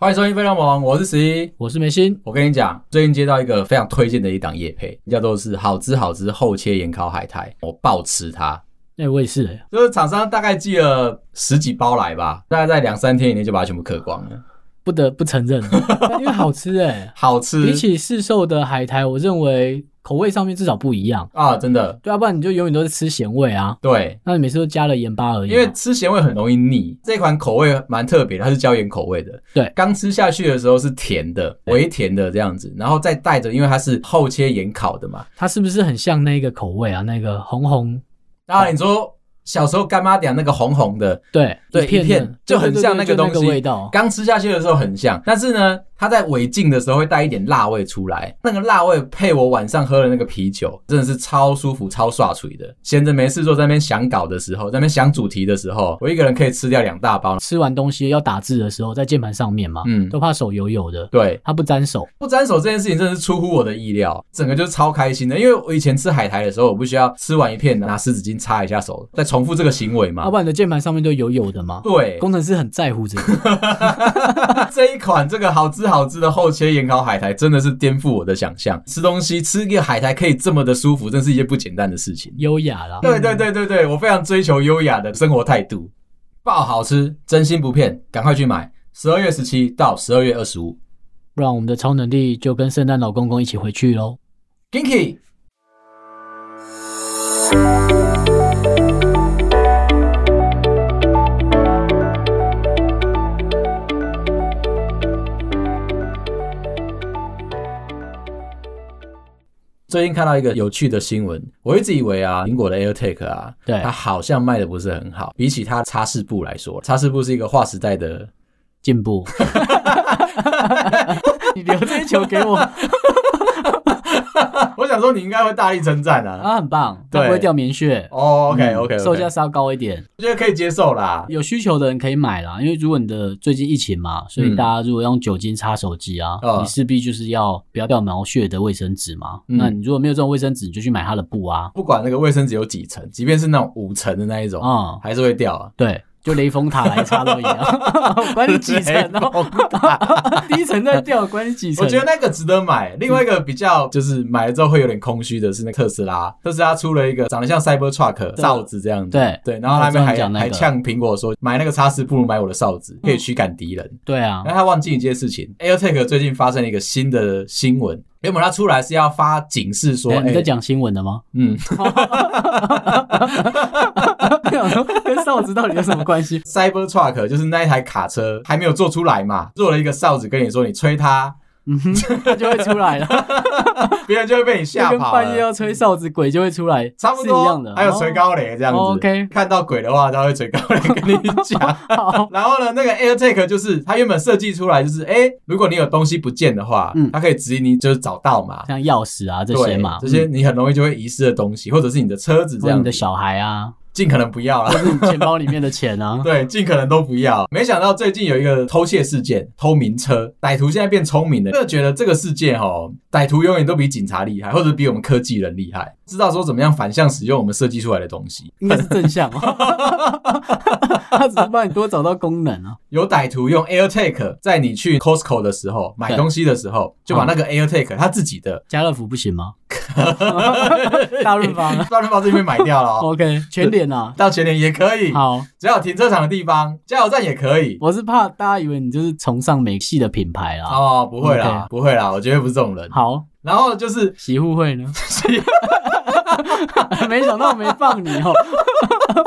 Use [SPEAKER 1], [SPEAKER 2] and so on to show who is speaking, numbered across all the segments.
[SPEAKER 1] 欢迎收听《非常网》，我是十一。
[SPEAKER 2] 我是梅心，
[SPEAKER 1] 我跟你讲，最近接到一个非常推荐的一档夜配，叫做是好之好之厚切盐烤海苔，我爆吃它。
[SPEAKER 2] 哎、我也是、欸，
[SPEAKER 1] 就是厂商大概寄了十几包来吧，大概在两三天以内就把它全部嗑光了，
[SPEAKER 2] 不得不承 认，因为好吃哎、
[SPEAKER 1] 好吃
[SPEAKER 2] 比起市售的海苔，我认为口味上面至少不一样，
[SPEAKER 1] 啊，真的
[SPEAKER 2] 对，要不然你就永远都是吃咸味啊，
[SPEAKER 1] 对。
[SPEAKER 2] 那你每次都加了盐巴而已嘛，啊
[SPEAKER 1] 因为吃咸味很容易腻，这款口味蛮特别的，它是椒盐口味的。
[SPEAKER 2] 对
[SPEAKER 1] 刚吃下去的时候是甜的，
[SPEAKER 2] 对
[SPEAKER 1] 微甜的这样子，然后再带着，因为它是厚切盐烤的嘛。
[SPEAKER 2] 它是不是很像那个口味啊？那个红红，
[SPEAKER 1] 当然你说小时候干妈点那个红红的，
[SPEAKER 2] 对
[SPEAKER 1] 对
[SPEAKER 2] 片
[SPEAKER 1] 一片
[SPEAKER 2] 的
[SPEAKER 1] 就
[SPEAKER 2] 对
[SPEAKER 1] 很
[SPEAKER 2] 对
[SPEAKER 1] 像
[SPEAKER 2] 对
[SPEAKER 1] 那
[SPEAKER 2] 就
[SPEAKER 1] 个
[SPEAKER 2] 那
[SPEAKER 1] 东西
[SPEAKER 2] 味道，
[SPEAKER 1] 刚吃下去的时候很像，但是呢，它在尾劲的时候会带一点辣味出来，那个辣味配我晚上喝的那个啤酒，真的是超舒服、超爽脆的。闲着没事做，在那边想搞的时候，在那边想主题的时候，我一个人可以吃掉两大包。
[SPEAKER 2] 吃完东西要打字的时候，在键盘上面嘛，
[SPEAKER 1] 嗯
[SPEAKER 2] 都怕手油油的，
[SPEAKER 1] 对，
[SPEAKER 2] 它不沾手，
[SPEAKER 1] 不沾手这件事情真的是出乎我的意料，整个就是超开心的。因为我以前吃海苔的时候，我不需要吃完一片拿湿纸巾擦一下手，再重复这个行为嘛
[SPEAKER 2] 要。不然你的键盘上面都油油的嘛。
[SPEAKER 1] 啊对，
[SPEAKER 2] 工程师很在乎这个，
[SPEAKER 1] 这一款这个好吃好吃的厚切盐烤海苔，真的是颠覆我的想象。吃东西吃一个海苔可以这么的舒服，真是一件不简单的事情。
[SPEAKER 2] 优雅啦。
[SPEAKER 1] 对对对对对，我非常追求优雅的生活态度，爆好吃，真心不骗，赶快去买。十二月十七到十二月二十五
[SPEAKER 2] 不然我们的超能力就跟圣诞老公公一起回去喽。
[SPEAKER 1] ，Ginky。最近看到一个有趣的新闻，我一直以为啊，苹果的 AirTag 啊，
[SPEAKER 2] 对
[SPEAKER 1] 它好像卖的不是很好，比起它擦拭布来说，擦拭布是一个划时代的，
[SPEAKER 2] 进 步。你留这一球给 我，
[SPEAKER 1] 我想说你应该会大力称赞啊。
[SPEAKER 2] 啊，很棒，它
[SPEAKER 1] 对
[SPEAKER 2] 不会掉棉屑。
[SPEAKER 1] 哦，OK，OK，OK、o k OK，,
[SPEAKER 2] 嗯售价稍高一点，
[SPEAKER 1] 我觉得可以接受啦。
[SPEAKER 2] 有需求的人可以买啦。因为如果你的最近疫情嘛，所以
[SPEAKER 1] 嗯
[SPEAKER 2] 大家如果用酒精擦手机啊，
[SPEAKER 1] 啊
[SPEAKER 2] 你势必就是要不要掉毛屑的卫生纸嘛。
[SPEAKER 1] 嗯
[SPEAKER 2] 那你如果没有这种卫生纸，你就去买它的布啊。
[SPEAKER 1] 不管那个卫生纸有几层，即便是那种五层的那一种，
[SPEAKER 2] 嗯，
[SPEAKER 1] 还是会掉啊。
[SPEAKER 2] 对，就雷峰塔来擦都一 样，管你 几层哦，第一层在掉，管你几层。
[SPEAKER 1] 我觉得那个值得 买。另外一个比较就是买了之后会有点空虚的是那个特斯拉，特斯拉出了一个长得像 Cybertruck 哨子这样子。
[SPEAKER 2] 对
[SPEAKER 1] 对，然后他们
[SPEAKER 2] 我知道你
[SPEAKER 1] 还、
[SPEAKER 2] 讲那个嗯
[SPEAKER 1] 还呛苹果说买那个叉四不如买我的哨子，可以驱赶敌人。
[SPEAKER 2] 对啊
[SPEAKER 1] 然，后他忘记一件事情，AirTag 最近发生了一个新的新闻，原本它出来是要发警示说，
[SPEAKER 2] 哎你
[SPEAKER 1] 哎
[SPEAKER 2] 在讲新闻的吗？
[SPEAKER 1] 嗯，
[SPEAKER 2] 我想说 跟哨子到底有什么关系？
[SPEAKER 1] Cybertruck 就是那一台卡车还没有做出来嘛，做了一个哨子跟你说你吹它，
[SPEAKER 2] 嗯哼，它就会出来了，
[SPEAKER 1] 别人就会被你
[SPEAKER 2] 就
[SPEAKER 1] 吓
[SPEAKER 2] 跟
[SPEAKER 1] 跑
[SPEAKER 2] 半夜
[SPEAKER 1] 了。
[SPEAKER 2] 要吹哨子，鬼就会出来，
[SPEAKER 1] 差不
[SPEAKER 2] 是一样
[SPEAKER 1] 多
[SPEAKER 2] 的。，
[SPEAKER 1] 还有垂高雷这样子。
[SPEAKER 2] 哦，OK
[SPEAKER 1] 看到鬼的话，他会垂高雷跟你讲。
[SPEAKER 2] 哦。好，
[SPEAKER 1] 然后呢，那个 AirTag 就是它原本设计出来就是，哎、如果你有东西不见的话，
[SPEAKER 2] 嗯
[SPEAKER 1] 它可以指引你就是找到嘛，
[SPEAKER 2] 像钥匙啊这些嘛，
[SPEAKER 1] 对这些
[SPEAKER 2] 嗯
[SPEAKER 1] 你很容易就会遗失的东西，或者是你的车子这
[SPEAKER 2] 或者
[SPEAKER 1] 样
[SPEAKER 2] 你的
[SPEAKER 1] 子，
[SPEAKER 2] 小孩啊，
[SPEAKER 1] 尽可能不要啦。，
[SPEAKER 2] 或者你钱包里面的钱 啊
[SPEAKER 1] 对，尽可能都不要。没想到最近有一个偷窃事件，偷名车，歹徒现在变聪明了，真的觉得这个世界哦，歹徒永远都比警察厉害，或者比我们科技人厉害，知道说怎么样反向使用我们设计出来的东西。
[SPEAKER 2] 应该是正向哦。 它只是帮你多找到功能啊。
[SPEAKER 1] 有歹徒用 AirTag 在你去 Costco 的时候买
[SPEAKER 2] 对嗯
[SPEAKER 1] 东西的时候，就把那个 AirTag 他自己 的
[SPEAKER 2] 家乐福不 行吗？大润发
[SPEAKER 1] 大润发这边买掉了、哦，
[SPEAKER 2] ，OK，全脸啊。
[SPEAKER 1] 到全年也可以，
[SPEAKER 2] 好，
[SPEAKER 1] 只要有停车场的地方，加油站也可以。
[SPEAKER 2] 我是怕大家以为你就是崇尚美系的品牌啦。
[SPEAKER 1] 哦，不会啦不会啦，我绝对不是这种人。
[SPEAKER 2] 好，
[SPEAKER 1] 然后 就是
[SPEAKER 2] 洗护会呢？没想到我没放你哦。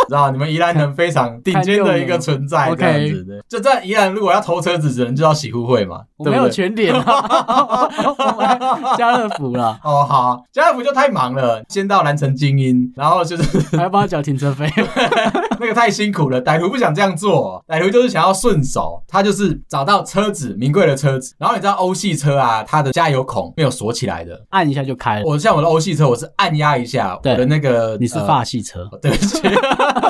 [SPEAKER 1] 知道你们宜兰人非常顶尖的一个存在，
[SPEAKER 2] 看
[SPEAKER 1] 这样子的。就在宜兰，如果要投车子，只能就到洗护会嘛，
[SPEAKER 2] 我
[SPEAKER 1] 对
[SPEAKER 2] 没
[SPEAKER 1] 不
[SPEAKER 2] 有
[SPEAKER 1] 对？
[SPEAKER 2] 全脸啊， 我还家乐福啦，
[SPEAKER 1] 哦，好，家乐福就太忙了，先到蓝城精英，然后就是
[SPEAKER 2] 还要帮他缴停车费。
[SPEAKER 1] 那个太辛苦了，歹徒不想这样做，歹徒就是想要顺手，他就是找到车子名贵的车子，然后你知道欧系车啊，它的加油孔没有锁起来的，
[SPEAKER 2] 按一下就开了。
[SPEAKER 1] 我像我的欧系车，我是按压一下我
[SPEAKER 2] 对
[SPEAKER 1] 的那个，
[SPEAKER 2] 你是
[SPEAKER 1] 呃
[SPEAKER 2] 发系车，
[SPEAKER 1] 对不起，
[SPEAKER 2] 呃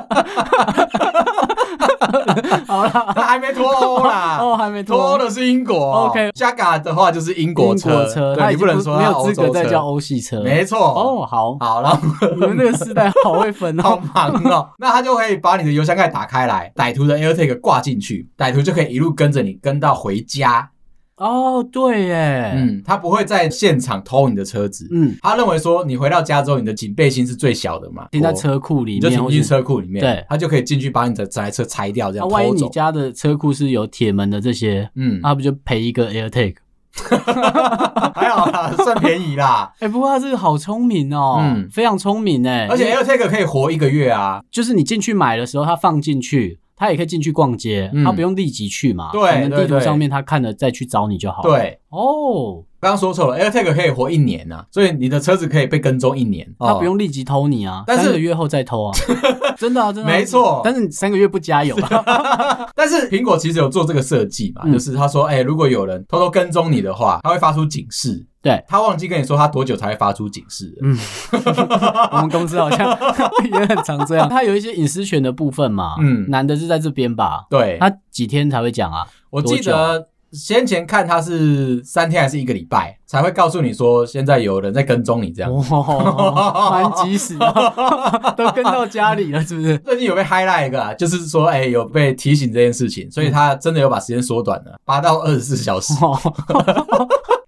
[SPEAKER 2] 好啦，
[SPEAKER 1] 他还没脱欧啦，
[SPEAKER 2] 哦，还没
[SPEAKER 1] 脱欧
[SPEAKER 2] 脱
[SPEAKER 1] 的是英国。
[SPEAKER 2] OK
[SPEAKER 1] 加嘎的话就是英国
[SPEAKER 2] 英
[SPEAKER 1] 车，
[SPEAKER 2] 国车，
[SPEAKER 1] 对
[SPEAKER 2] 他已
[SPEAKER 1] 你
[SPEAKER 2] 经不
[SPEAKER 1] 不能说
[SPEAKER 2] 没
[SPEAKER 1] 它
[SPEAKER 2] 有
[SPEAKER 1] 欧
[SPEAKER 2] 资格
[SPEAKER 1] 洲
[SPEAKER 2] 再
[SPEAKER 1] 车，
[SPEAKER 2] 叫欧系 车。
[SPEAKER 1] 没错。
[SPEAKER 2] 哦，好，
[SPEAKER 1] 好，然后
[SPEAKER 2] 你们这个世代好会分
[SPEAKER 1] 好
[SPEAKER 2] 哦。
[SPEAKER 1] 忙哦。 那他就可以把你的油箱盖打开来，歹徒的 AirTag 挂进去，歹徒就可以一路跟着你跟到回家。
[SPEAKER 2] 哦，对耶，嗯
[SPEAKER 1] 嗯，他不会在现场偷你的车子。
[SPEAKER 2] 嗯，
[SPEAKER 1] 他认为说你回到家之后，你的警备心是最小的嘛，哦
[SPEAKER 2] 停在车库里
[SPEAKER 1] 你就
[SPEAKER 2] 面，
[SPEAKER 1] 停
[SPEAKER 2] 或
[SPEAKER 1] 进
[SPEAKER 2] 是
[SPEAKER 1] 车库里面，
[SPEAKER 2] 对
[SPEAKER 1] 他就可以进去把你的整台车拆掉，这
[SPEAKER 2] 啊
[SPEAKER 1] 样
[SPEAKER 2] 万一
[SPEAKER 1] 偷
[SPEAKER 2] 你
[SPEAKER 1] 走。
[SPEAKER 2] 家的车库是有铁门的这些，
[SPEAKER 1] 嗯，
[SPEAKER 2] 那不就赔一个 AirTag？
[SPEAKER 1] 还好啦，算便宜啦。
[SPEAKER 2] 哎，不过他这个好聪明哦，
[SPEAKER 1] 嗯
[SPEAKER 2] 非常聪明 哎，
[SPEAKER 1] 而且 AirTag 可以活一个月啊，
[SPEAKER 2] 就是你进去买的时候，他放进去，他也可以进去逛街，
[SPEAKER 1] 嗯
[SPEAKER 2] 他不用立即去嘛。
[SPEAKER 1] 对
[SPEAKER 2] 可能地
[SPEAKER 1] 对
[SPEAKER 2] 图
[SPEAKER 1] 对
[SPEAKER 2] 上面他看了再去找你就好。，
[SPEAKER 1] 对。
[SPEAKER 2] 哦，
[SPEAKER 1] 刚刚说错了，AirTag 可以活一年呐、啊，所以你的车子可以被跟踪一年。
[SPEAKER 2] 他不、用立即偷你啊，
[SPEAKER 1] 哦但是
[SPEAKER 2] 三个月后 再偷啊，真的啊，真的啊，
[SPEAKER 1] 没错
[SPEAKER 2] 但是你三个月不加油，啊
[SPEAKER 1] 哦，但是苹果其实有做这个设计嘛，
[SPEAKER 2] 嗯
[SPEAKER 1] 就是他说，哎、如果有人偷偷跟踪你的话，他会发出警示。
[SPEAKER 2] 对，
[SPEAKER 1] 他忘记跟你说他多久才会发出警示了。
[SPEAKER 2] 嗯我们公司好像 也很常这样。他有一些隐私权的部分嘛，
[SPEAKER 1] 嗯
[SPEAKER 2] 难的是在这边吧，
[SPEAKER 1] 对，
[SPEAKER 2] 他几天才会讲啊？
[SPEAKER 1] 我记
[SPEAKER 2] 多久
[SPEAKER 1] 得先前看他是三天还是一个礼拜才会告诉你说现在有人在跟踪你这样。
[SPEAKER 2] 哦，蛮及 时的， 都跟到家里了，是不是？
[SPEAKER 1] 最近有被 highlight 一个啊，就是说，哎、有被提醒这件事情，所以他真的有把时间缩短了，八到二十四小时。
[SPEAKER 2] 哦，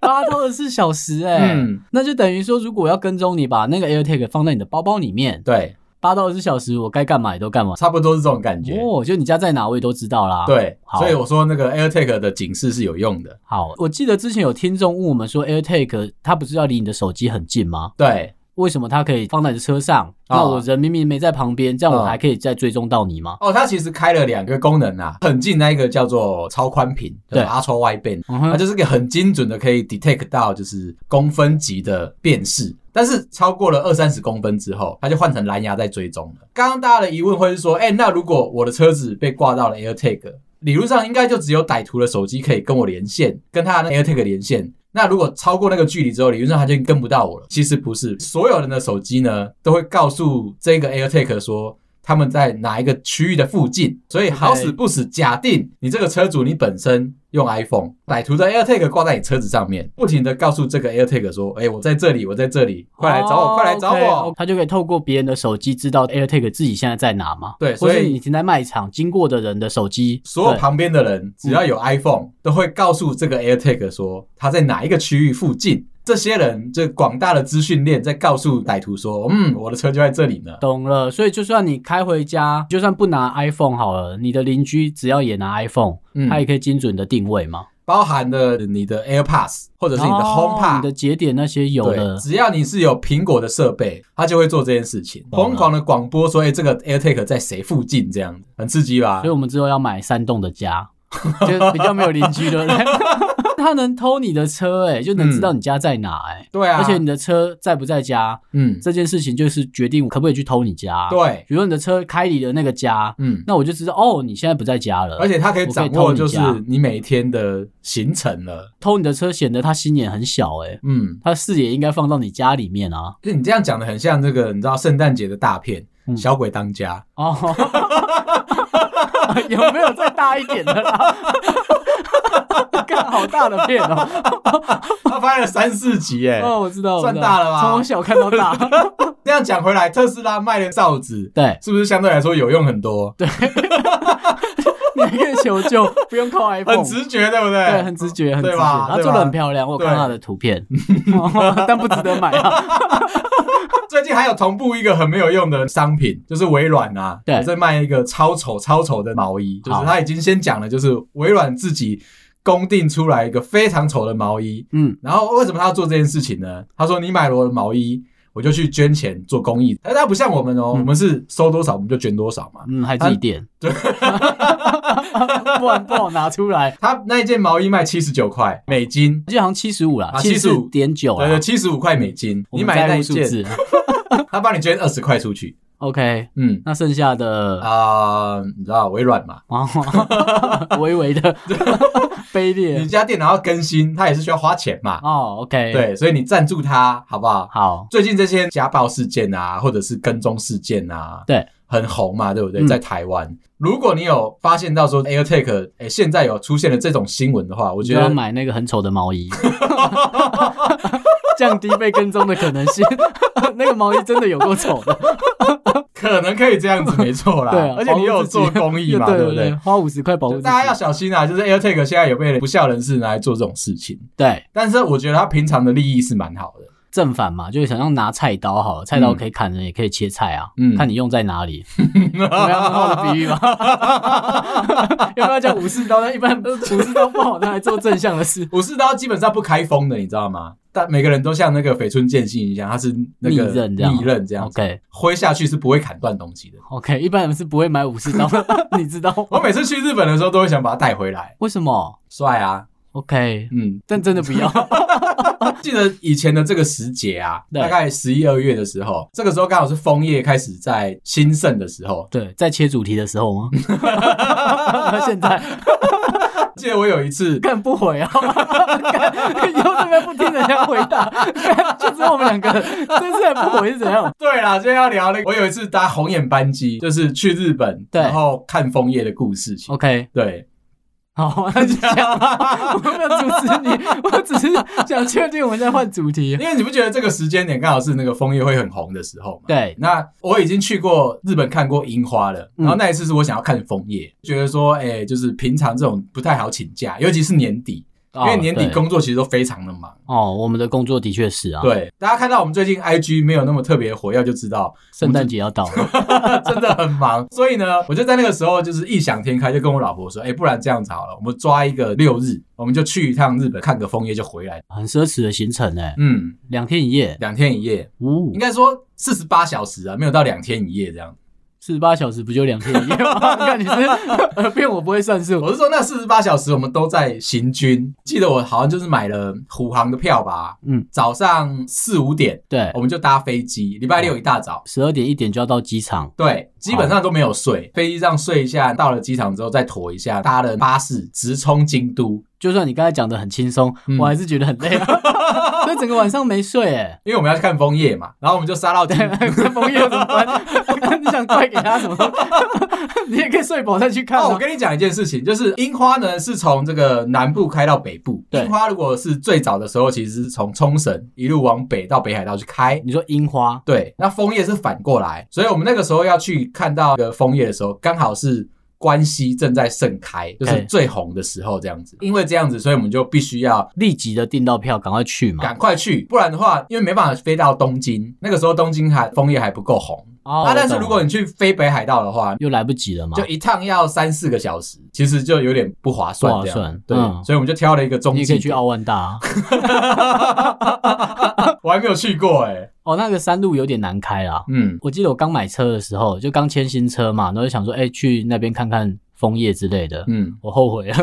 [SPEAKER 2] 八到二十四小时、欸，哎、
[SPEAKER 1] 嗯，
[SPEAKER 2] 那就等于说，如果要跟踪你，把那个 AirTag 放在你的包包里面，
[SPEAKER 1] 对，
[SPEAKER 2] 八到二十小时，我该干嘛也都干嘛。
[SPEAKER 1] 差不多是这种感觉。
[SPEAKER 2] 哦，就你家在哪，我也都知道啦。，
[SPEAKER 1] 对，
[SPEAKER 2] 好
[SPEAKER 1] 所以我说那个 AirTag 的警示是有用的。
[SPEAKER 2] 好，我记得之前有听众问我们说，AirTag 它不是要离你的手机很近吗？
[SPEAKER 1] 对，
[SPEAKER 2] 为什么它可以放在你的车上？
[SPEAKER 1] 啊
[SPEAKER 2] 那我人明明没在旁边，这样我还可以再追踪到你吗？
[SPEAKER 1] 哦，它其实开了两个功能啊，很近那一个叫做超宽屏，
[SPEAKER 2] 对
[SPEAKER 1] 叫 Ultra Wideband，
[SPEAKER 2] 嗯
[SPEAKER 1] 它
[SPEAKER 2] 哼，
[SPEAKER 1] 就是个很精准的可以 detect 到就是公分级的辨识，但是超过了二三十公分之后，它就换成蓝牙在追踪了。刚刚大家的疑问会是说，哎、那如果我的车子被挂到了 AirTag，理论上应该就只有歹徒的手机可以跟我连线，跟他的 AirTag 连线。那如果超过那个距离之后，理论上他就跟不到我了。其实不是，所有人的手机呢都会告诉这个 AirTag 说。他们在哪一个区域的附近，所以好死不死，假定你这个车主你本身用 iPhone，歹徒的 AirTag 挂在你车子上面，不停的告诉这个 AirTag 说：“哎、我在这里，我在这里，快来找我，
[SPEAKER 2] 哦
[SPEAKER 1] 快来找我。
[SPEAKER 2] OK，他就可以透过别人的手机知道 AirTag 自己现在在哪嘛？
[SPEAKER 1] 对
[SPEAKER 2] 或
[SPEAKER 1] 所
[SPEAKER 2] 是
[SPEAKER 1] 以
[SPEAKER 2] 你停在卖场经过的人的手机，
[SPEAKER 1] 所有
[SPEAKER 2] 对
[SPEAKER 1] 旁边的人只要有
[SPEAKER 2] 嗯
[SPEAKER 1] iPhone，、都会告诉这个 AirTag 说他在哪一个区域附近。这些人，这广大的资讯链在告诉歹徒说：“嗯，我的车就在这里呢。
[SPEAKER 2] 懂了。所以就算你开回家，就算不拿 iPhone 好了，你的邻居只要也拿 iPhone，、
[SPEAKER 1] 嗯
[SPEAKER 2] 他也可以精准的定位嘛。”
[SPEAKER 1] 包含了你的 AirPods 或者是你的
[SPEAKER 2] 哦
[SPEAKER 1] HomePod，、
[SPEAKER 2] 你的节点那些有
[SPEAKER 1] 对，
[SPEAKER 2] 的，
[SPEAKER 1] 只要你是有苹果的设备，它就会做这件事情，
[SPEAKER 2] 懂了
[SPEAKER 1] 疯狂的广播说：“哎、这个 AirTag 在谁附近？”这样很刺激吧
[SPEAKER 2] 所以？我们之后要买山洞 的家，就比较没有邻居，对不对？ 他能偷你的车、欸，哎，就能知道你家在哪、欸，哎、
[SPEAKER 1] 对啊，
[SPEAKER 2] 而且你的车在不在家，
[SPEAKER 1] 嗯，
[SPEAKER 2] 这件事情就是决定我可不可以去偷你家。，
[SPEAKER 1] 对，
[SPEAKER 2] 比如说你的车开离了那个家，
[SPEAKER 1] 嗯，
[SPEAKER 2] 那我就知道哦，你现在不在家了。
[SPEAKER 1] 而且它可以掌
[SPEAKER 2] 我
[SPEAKER 1] 握
[SPEAKER 2] 可以
[SPEAKER 1] 就
[SPEAKER 2] 偷你
[SPEAKER 1] 是
[SPEAKER 2] 家
[SPEAKER 1] 你每天的行程了。
[SPEAKER 2] 偷你的车显得他心眼很小、欸，哎，
[SPEAKER 1] 嗯，
[SPEAKER 2] 他视野应该放到你家里面啊。
[SPEAKER 1] 就你这样讲的很像这个，你知道圣诞节的大片
[SPEAKER 2] 嗯
[SPEAKER 1] 《小鬼当家
[SPEAKER 2] 哦， 有没有再大一点的 啦？看好大的片哦。》，
[SPEAKER 1] 他拍了三四集哎。
[SPEAKER 2] 哦，我知道，我知道
[SPEAKER 1] 算大了吧
[SPEAKER 2] 从小看 到大。
[SPEAKER 1] 这样讲回来，特斯拉卖的哨子
[SPEAKER 2] 对，
[SPEAKER 1] 是不是相对来说有用很多？
[SPEAKER 2] 你可以求救，不用 靠 iPhone，
[SPEAKER 1] 很直觉，对不对？
[SPEAKER 2] 对，很直觉，很直
[SPEAKER 1] 对
[SPEAKER 2] 觉。
[SPEAKER 1] 吧
[SPEAKER 2] 他
[SPEAKER 1] 对
[SPEAKER 2] 做的
[SPEAKER 1] 吧
[SPEAKER 2] 很漂亮，我有看
[SPEAKER 1] 对
[SPEAKER 2] 他的图 片， 但不值得买啊。
[SPEAKER 1] 最近还有同步一个很没有用的商品，就是微软啊，
[SPEAKER 2] 对
[SPEAKER 1] 在卖一个超丑超丑的毛衣，就是
[SPEAKER 2] 好
[SPEAKER 1] 他已经先讲了，就是微软自己公定出来一个非常丑的毛衣。
[SPEAKER 2] 嗯，
[SPEAKER 1] 然后为什么他要做这件事情呢？他说：“你买了我的毛衣，我就去捐钱做公益。”但他不像我们哦，
[SPEAKER 2] 嗯
[SPEAKER 1] 我们是收多少我们就捐多少嘛。
[SPEAKER 2] 嗯，还自己 点，对， 不然不好拿出来。
[SPEAKER 1] 他那一件毛衣卖七十九块美金，
[SPEAKER 2] 我记得好像七十五啦，
[SPEAKER 1] 啊
[SPEAKER 2] 七十
[SPEAKER 1] 75
[SPEAKER 2] 点九
[SPEAKER 1] 对对，
[SPEAKER 2] 啦。
[SPEAKER 1] 七十五块美金，
[SPEAKER 2] 我
[SPEAKER 1] 你
[SPEAKER 2] 们
[SPEAKER 1] 买那
[SPEAKER 2] 在
[SPEAKER 1] 一
[SPEAKER 2] 乎数
[SPEAKER 1] 件，
[SPEAKER 2] 字
[SPEAKER 1] 他帮你捐二十块出去。
[SPEAKER 2] ，OK。
[SPEAKER 1] 嗯
[SPEAKER 2] 那剩下的，
[SPEAKER 1] 啊、你知道微软嘛？
[SPEAKER 2] 哦 微微的卑
[SPEAKER 1] 你
[SPEAKER 2] 劣。
[SPEAKER 1] 家电脑要更新，它也是需要花钱嘛。
[SPEAKER 2] 哦，OK，，
[SPEAKER 1] 对，所以你赞助他好不好？
[SPEAKER 2] 好，
[SPEAKER 1] 最近这些家暴事件啊，或者是跟踪事件啊，
[SPEAKER 2] 对，
[SPEAKER 1] 很红嘛，对不对？
[SPEAKER 2] 嗯
[SPEAKER 1] 在台湾，如果你有发现到说 AirTag 哎、现在有出现了这种新闻的话，我
[SPEAKER 2] 就
[SPEAKER 1] 觉
[SPEAKER 2] 要
[SPEAKER 1] 得
[SPEAKER 2] 买那个很丑的毛衣， 降低被跟踪的可能性。 那个毛衣真的有够丑的，
[SPEAKER 1] 可能可以这样子，没 错啦。
[SPEAKER 2] 对啊，
[SPEAKER 1] 而且你又有做公益嘛，
[SPEAKER 2] 保护自
[SPEAKER 1] 对不
[SPEAKER 2] 己对
[SPEAKER 1] 对？
[SPEAKER 2] 花五十块保护
[SPEAKER 1] 就
[SPEAKER 2] 自己
[SPEAKER 1] 大家要小心啊！就是 AirTag 现在有被不孝人士拿来做这种事情，
[SPEAKER 2] 对
[SPEAKER 1] 但是我觉得他平常的利益是蛮好 的。
[SPEAKER 2] 正反嘛，就是想要拿菜刀好了，菜刀可以砍人，也可以切菜啊，
[SPEAKER 1] 嗯
[SPEAKER 2] 看你用在 哪里。怎么样？很好的比 喻吗？要不要叫武士刀？但一般武士刀不好拿来做正向的事。
[SPEAKER 1] 武士刀基本上不开封的，你知道吗？但每个人都像那个绯村剑心一样，它是那个
[SPEAKER 2] 利刃这样
[SPEAKER 1] 利刃这样子
[SPEAKER 2] OK
[SPEAKER 1] 挥下去是不会砍断东西的。
[SPEAKER 2] OK，一般人是不会买武士 刀，你知道
[SPEAKER 1] 我每次去日本的时候都会想把它带回来，
[SPEAKER 2] 为什么
[SPEAKER 1] 帅啊！
[SPEAKER 2] ？OK，
[SPEAKER 1] 嗯，
[SPEAKER 2] 但真的不要。
[SPEAKER 1] 记得以前的这个时节啊，
[SPEAKER 2] 对
[SPEAKER 1] 大概十一二月的时候，这个时候刚好是枫叶开始在兴盛的时候。
[SPEAKER 2] 对，在切主题的时候吗？现在
[SPEAKER 1] 记得我有一次，
[SPEAKER 2] 干不回啊！干以后这边不听人家回答，干就只有我们两个人，这次还不回是怎样？
[SPEAKER 1] 对啦，今天要聊那个，我有一次搭红眼班机，就是去日本，
[SPEAKER 2] 对哦
[SPEAKER 1] 然后看枫叶的故事情。
[SPEAKER 2] OK，
[SPEAKER 1] 对，
[SPEAKER 2] 好，那就这样吧。我没有阻止你，我只是想确定我们在换主题。
[SPEAKER 1] 因为你不觉得这个时间点刚好是那个枫叶会很红的时候吗？
[SPEAKER 2] 对，
[SPEAKER 1] 那我已经去过日本看过樱花了，
[SPEAKER 2] 嗯
[SPEAKER 1] 然后那一次是我想要看枫叶，觉得说，哎、就是平常这种不太好请假，尤其是年底，因为年底
[SPEAKER 2] 哦对
[SPEAKER 1] 工作其实都非常的忙。
[SPEAKER 2] 哦，我们的工作的确是啊，，
[SPEAKER 1] 对，大家看到我们最近 IG 没有那么特别活跃，就知道
[SPEAKER 2] 圣诞节要到了，
[SPEAKER 1] 真的很忙。所以呢，我就在那个时候就是异想天开，就跟我老婆说，哎、不然这样子好了，我们抓一个六日，我们就去一趟日本看个枫叶就回来。
[SPEAKER 2] 很奢侈的行程哎，
[SPEAKER 1] 嗯，
[SPEAKER 2] 两天一夜，
[SPEAKER 1] 两天一夜，
[SPEAKER 2] 呜
[SPEAKER 1] 应，该说四十八小时啊，没有到两天一夜这样。
[SPEAKER 2] 四十八小时不就 两天一夜吗？你看你是呃骗我不会算数，
[SPEAKER 1] 我是说那四十八小时我们都在行军，记得我好像就是买了虎航的票吧，
[SPEAKER 2] 嗯，
[SPEAKER 1] 早上四五点
[SPEAKER 2] 对
[SPEAKER 1] 我，们就搭飞机，礼拜六一大早。
[SPEAKER 2] 十二点一点就要到机场，
[SPEAKER 1] 对，基本上都没有睡，飞机上睡一下，到了机场之后再妥一下，搭了巴士直冲京都，
[SPEAKER 2] 就算你刚才讲的很轻松，
[SPEAKER 1] 嗯
[SPEAKER 2] 我还是觉得很 累啊，所以整个晚上没睡哎。
[SPEAKER 1] 因为我们要去看枫叶嘛，然后我们就杀到京都，
[SPEAKER 2] 这枫叶怎 么办？你想怪给他什么？你也可以睡饱再去看、
[SPEAKER 1] 哦，
[SPEAKER 2] 啊
[SPEAKER 1] 我。跟你讲一件事情，就是樱花呢是从这个南部开到北部。
[SPEAKER 2] 对
[SPEAKER 1] 樱花如果是最早的时候，其实是从冲绳一路往北到北海道去开。
[SPEAKER 2] 你说樱花
[SPEAKER 1] 对，那枫叶是反过来，所以我们那个时候要去看到这个枫叶的时候，刚好是关西正在盛开，就是
[SPEAKER 2] 对
[SPEAKER 1] 最红的时候这样子。因为这样子，所以我们就必须要
[SPEAKER 2] 立即的订到票，赶快去嘛。
[SPEAKER 1] 赶快去，不然的话，因为没办法飞到东京，那个时候东京还枫叶还不够红。
[SPEAKER 2] 哦
[SPEAKER 1] 啊，但是
[SPEAKER 2] 我懂哦
[SPEAKER 1] 如果你去飞北海道的话，
[SPEAKER 2] 又来不及了嘛，
[SPEAKER 1] 就一趟要三四个小时，其实就有点不划算这样。
[SPEAKER 2] 不划算
[SPEAKER 1] 对，
[SPEAKER 2] 嗯
[SPEAKER 1] 所以我们就挑了一个中
[SPEAKER 2] 你也可
[SPEAKER 1] 继
[SPEAKER 2] 以去
[SPEAKER 1] 点。
[SPEAKER 2] 奥万大、啊。
[SPEAKER 1] 我还没有去过哎、
[SPEAKER 2] 哦，那个山路有点难开啊啦。
[SPEAKER 1] 嗯，
[SPEAKER 2] 我记得我刚买车的时候，就刚签新车嘛，然后就想说，哎、去那边看看枫叶之类的。
[SPEAKER 1] 嗯，
[SPEAKER 2] 我后悔了，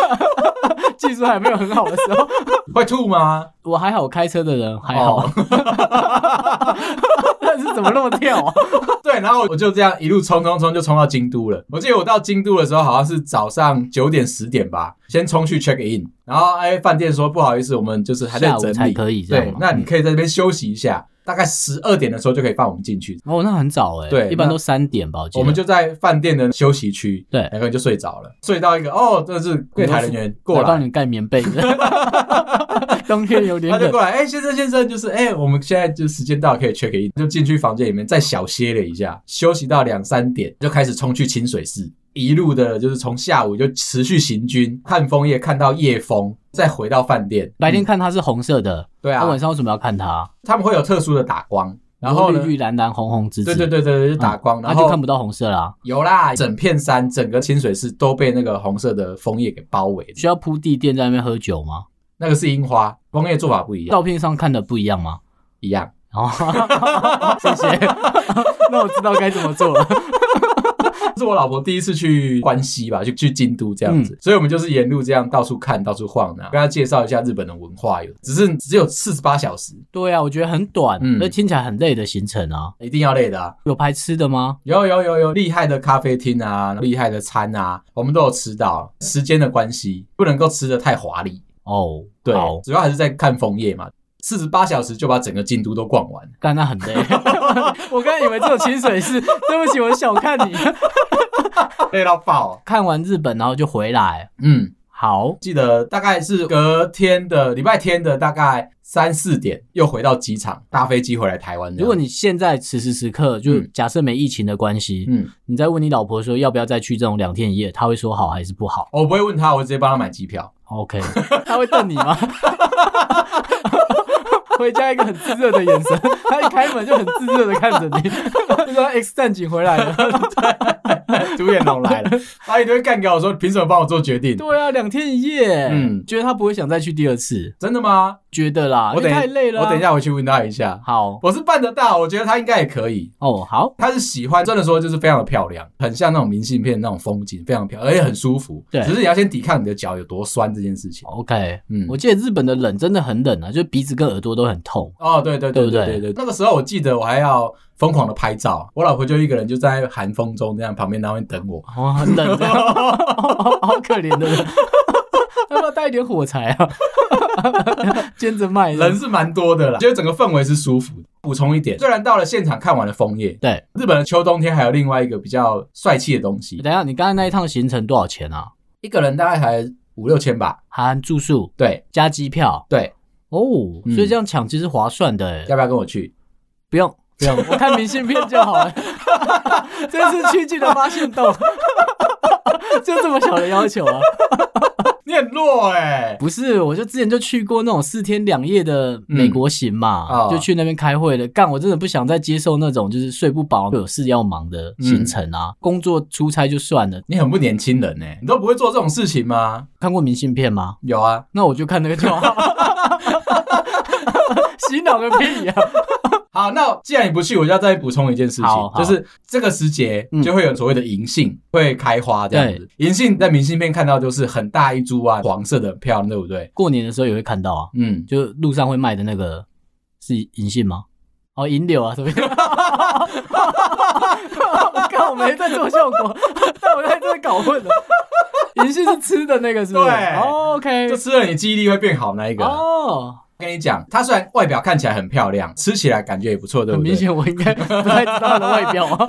[SPEAKER 2] 技术还没有很好的时候，
[SPEAKER 1] 会吐吗？
[SPEAKER 2] 我还好，我开车的人还好。
[SPEAKER 1] 哦
[SPEAKER 2] 但是怎么那么跳啊？
[SPEAKER 1] 对，然后我就这样一路冲冲冲就冲到京都了。我记得我到京都的时候好像是早上九点十点吧，先冲去 check in，然后哎饭店说不好意思，我们就是还在
[SPEAKER 2] 下午
[SPEAKER 1] 整
[SPEAKER 2] 才
[SPEAKER 1] 理，
[SPEAKER 2] 可以这样嗯
[SPEAKER 1] 对
[SPEAKER 2] 吗，？
[SPEAKER 1] 那你可以在这边休息一下，大概十二点的时候就可以放我们进去。
[SPEAKER 2] 哦，那很早哎、
[SPEAKER 1] 对
[SPEAKER 2] 一般都三点吧，我记得。
[SPEAKER 1] 我们就在饭店的休息区，
[SPEAKER 2] 对
[SPEAKER 1] 两个人就睡着了，睡到一个哦，这是柜台人员过
[SPEAKER 2] 我
[SPEAKER 1] 来
[SPEAKER 2] 帮，你盖棉被子， 冬天有点
[SPEAKER 1] 他就
[SPEAKER 2] 冷。
[SPEAKER 1] 过来，哎、先生先生，就是哎、我们现在就时间到，可以 check in，就进去房间里面再小歇了一下，休息到两三点，就开始冲去清水寺，一路的就是从下午就持续行军，看枫叶，看到夜风，再回到饭店。
[SPEAKER 2] 白天
[SPEAKER 1] 嗯
[SPEAKER 2] 看它是红色的，
[SPEAKER 1] 对
[SPEAKER 2] 那、
[SPEAKER 1] 啊
[SPEAKER 2] 晚，上为什么要看它？
[SPEAKER 1] 他们会有特殊的打光，然后呢
[SPEAKER 2] 绿，绿蓝蓝红红紫紫，
[SPEAKER 1] 对对
[SPEAKER 2] 对，
[SPEAKER 1] 对对对，就打光，
[SPEAKER 2] 那
[SPEAKER 1] 然
[SPEAKER 2] 嗯啊就
[SPEAKER 1] 后
[SPEAKER 2] 看不到红色啦，
[SPEAKER 1] 有啦，整片山，整个清水寺都被那个红色的枫叶给包围了，
[SPEAKER 2] 需要铺地垫在那边喝酒吗？
[SPEAKER 1] 那个是樱花，枫叶做法不一样，
[SPEAKER 2] 照片上看的不一样吗？
[SPEAKER 1] 一样。
[SPEAKER 2] 哦， 谢谢， 那我知道该怎么做了。
[SPEAKER 1] 这是我老婆第一次去关西吧，去去京都这
[SPEAKER 2] 嗯
[SPEAKER 1] 样子，所以我们就是沿路这样到处看、到处晃啊呢、跟她介绍一下日本的文化有，只是只有四十八小时，
[SPEAKER 2] 对啊，我觉得很短，
[SPEAKER 1] 嗯
[SPEAKER 2] 那、听起来很累的行程啊。
[SPEAKER 1] 一定要累的、啊。
[SPEAKER 2] 有排吃的吗？
[SPEAKER 1] 有有有有厉害的咖啡厅啊，厉害的餐啊，我们都有吃到。时间的关系，不能够吃的太华丽。
[SPEAKER 2] 哦，
[SPEAKER 1] 对
[SPEAKER 2] 好，
[SPEAKER 1] 主要还是在看枫叶嘛。四十八小时就把整个京都都逛 完。
[SPEAKER 2] 干那很累。我刚才以为只有清水 寺，对不起，我小看你。
[SPEAKER 1] 累到爆。
[SPEAKER 2] 看完日本，然后就回来。
[SPEAKER 1] 嗯，
[SPEAKER 2] 好，
[SPEAKER 1] 记得大概是隔天的礼拜天的大概三四点，又回到机场搭飞机回来台湾这样。
[SPEAKER 2] 如果你现在此时此刻，就
[SPEAKER 1] 嗯
[SPEAKER 2] 假设没疫情的关系，
[SPEAKER 1] 嗯，
[SPEAKER 2] 你再问你老婆说要不要再去这种两天一夜，她会说好还是不好
[SPEAKER 1] 哦我不会问他，我直接帮他买机 票。
[SPEAKER 2] ？OK，她会瞪你吗？ 回家一个很炙热的眼神，她一开门就很炙热的看着你，就说 X 战警回来 了。
[SPEAKER 1] 独眼龙来了， 他一堆干掉我说，凭什么帮我做决定？
[SPEAKER 2] 对啊，两天一夜，
[SPEAKER 1] 嗯
[SPEAKER 2] 嗯，觉得她不会想再去第二次，
[SPEAKER 1] 真的吗？
[SPEAKER 2] 觉得啦，
[SPEAKER 1] 我
[SPEAKER 2] 因为
[SPEAKER 1] 等
[SPEAKER 2] 太累了啊。
[SPEAKER 1] 我等一下回去问他一下。
[SPEAKER 2] 好
[SPEAKER 1] 我是办得到，我觉得他应该也可以。
[SPEAKER 2] 哦，好，
[SPEAKER 1] 他是喜欢，真的说就是非常的漂亮，很像那种明信片那种风景，非常漂亮，而且很舒服。
[SPEAKER 2] 对
[SPEAKER 1] 只是你要先抵抗你的脚有多酸这件事情。
[SPEAKER 2] OK，
[SPEAKER 1] 嗯
[SPEAKER 2] 我记得日本的冷真的很冷啊，就是鼻子跟耳朵都很痛。
[SPEAKER 1] 哦，对对
[SPEAKER 2] 对
[SPEAKER 1] 对
[SPEAKER 2] 不
[SPEAKER 1] 对
[SPEAKER 2] 对
[SPEAKER 1] 对对，那个时候我记得我还要疯狂的拍照，我老婆就一个人就在寒风中这样旁边那边等我。
[SPEAKER 2] 哦，很冷 的，好可怜的人。 要不要带一点火柴啊？ 兼着卖
[SPEAKER 1] 人是蛮多的啦，觉得整个氛围是舒服的。补充一点，虽然到了现场看完了枫叶，
[SPEAKER 2] 对，
[SPEAKER 1] 日本的秋冬天还有另外一个比较帅气的东西，
[SPEAKER 2] 等一下，你刚才那一趟行程多少钱啊？
[SPEAKER 1] 一个人大概才五六千吧。
[SPEAKER 2] 含住宿
[SPEAKER 1] 对
[SPEAKER 2] 加机票
[SPEAKER 1] 对，
[SPEAKER 2] 哦，
[SPEAKER 1] 嗯
[SPEAKER 2] 所以这样抢其实划算的欸。
[SPEAKER 1] 要不要跟我去？
[SPEAKER 2] 不用不用， 我看明信片就好 了。这是曲靖的发现洞， 就这么小的要求啊？
[SPEAKER 1] 你很弱哎、
[SPEAKER 2] 不是，我就之前就去过那种四天两夜的美国行嘛，
[SPEAKER 1] 嗯哦
[SPEAKER 2] 就去那边开会的。干，我真的不想再接受那种就是睡不饱、有事要忙的行程
[SPEAKER 1] 嗯
[SPEAKER 2] 啊。工作出差就算了，
[SPEAKER 1] 你很不年轻人呢、欸你都不会做这种事情吗？
[SPEAKER 2] 看过明信片吗？
[SPEAKER 1] 有啊，
[SPEAKER 2] 那我就看那个就 好。洗脑个屁呀、
[SPEAKER 1] 好，那既然你不去，我就要再补充一件事
[SPEAKER 2] 好
[SPEAKER 1] 情，
[SPEAKER 2] 好
[SPEAKER 1] 就是这个时节
[SPEAKER 2] 嗯
[SPEAKER 1] 就会有所谓的银杏、会开花这样子。银杏在明信片看到就是很大一株啊，黄色的，很漂亮，对不对？
[SPEAKER 2] 过年的时候也会看到啊，
[SPEAKER 1] 嗯，
[SPEAKER 2] 就路上会卖的那个是银杏吗？哦，银柳 啊，什么？我靠，我没在做效果，但我在这搞混了。银杏是吃的那个，是不是？
[SPEAKER 1] 对
[SPEAKER 2] 哦，OK，
[SPEAKER 1] 就吃了你记忆力会变好那一个。
[SPEAKER 2] 哦，
[SPEAKER 1] 跟你讲，它虽然外表看起来很漂亮，吃起来感觉也不错，对
[SPEAKER 2] 很
[SPEAKER 1] 不
[SPEAKER 2] 明
[SPEAKER 1] 对？
[SPEAKER 2] 显我应该不太知道它的外表 啊。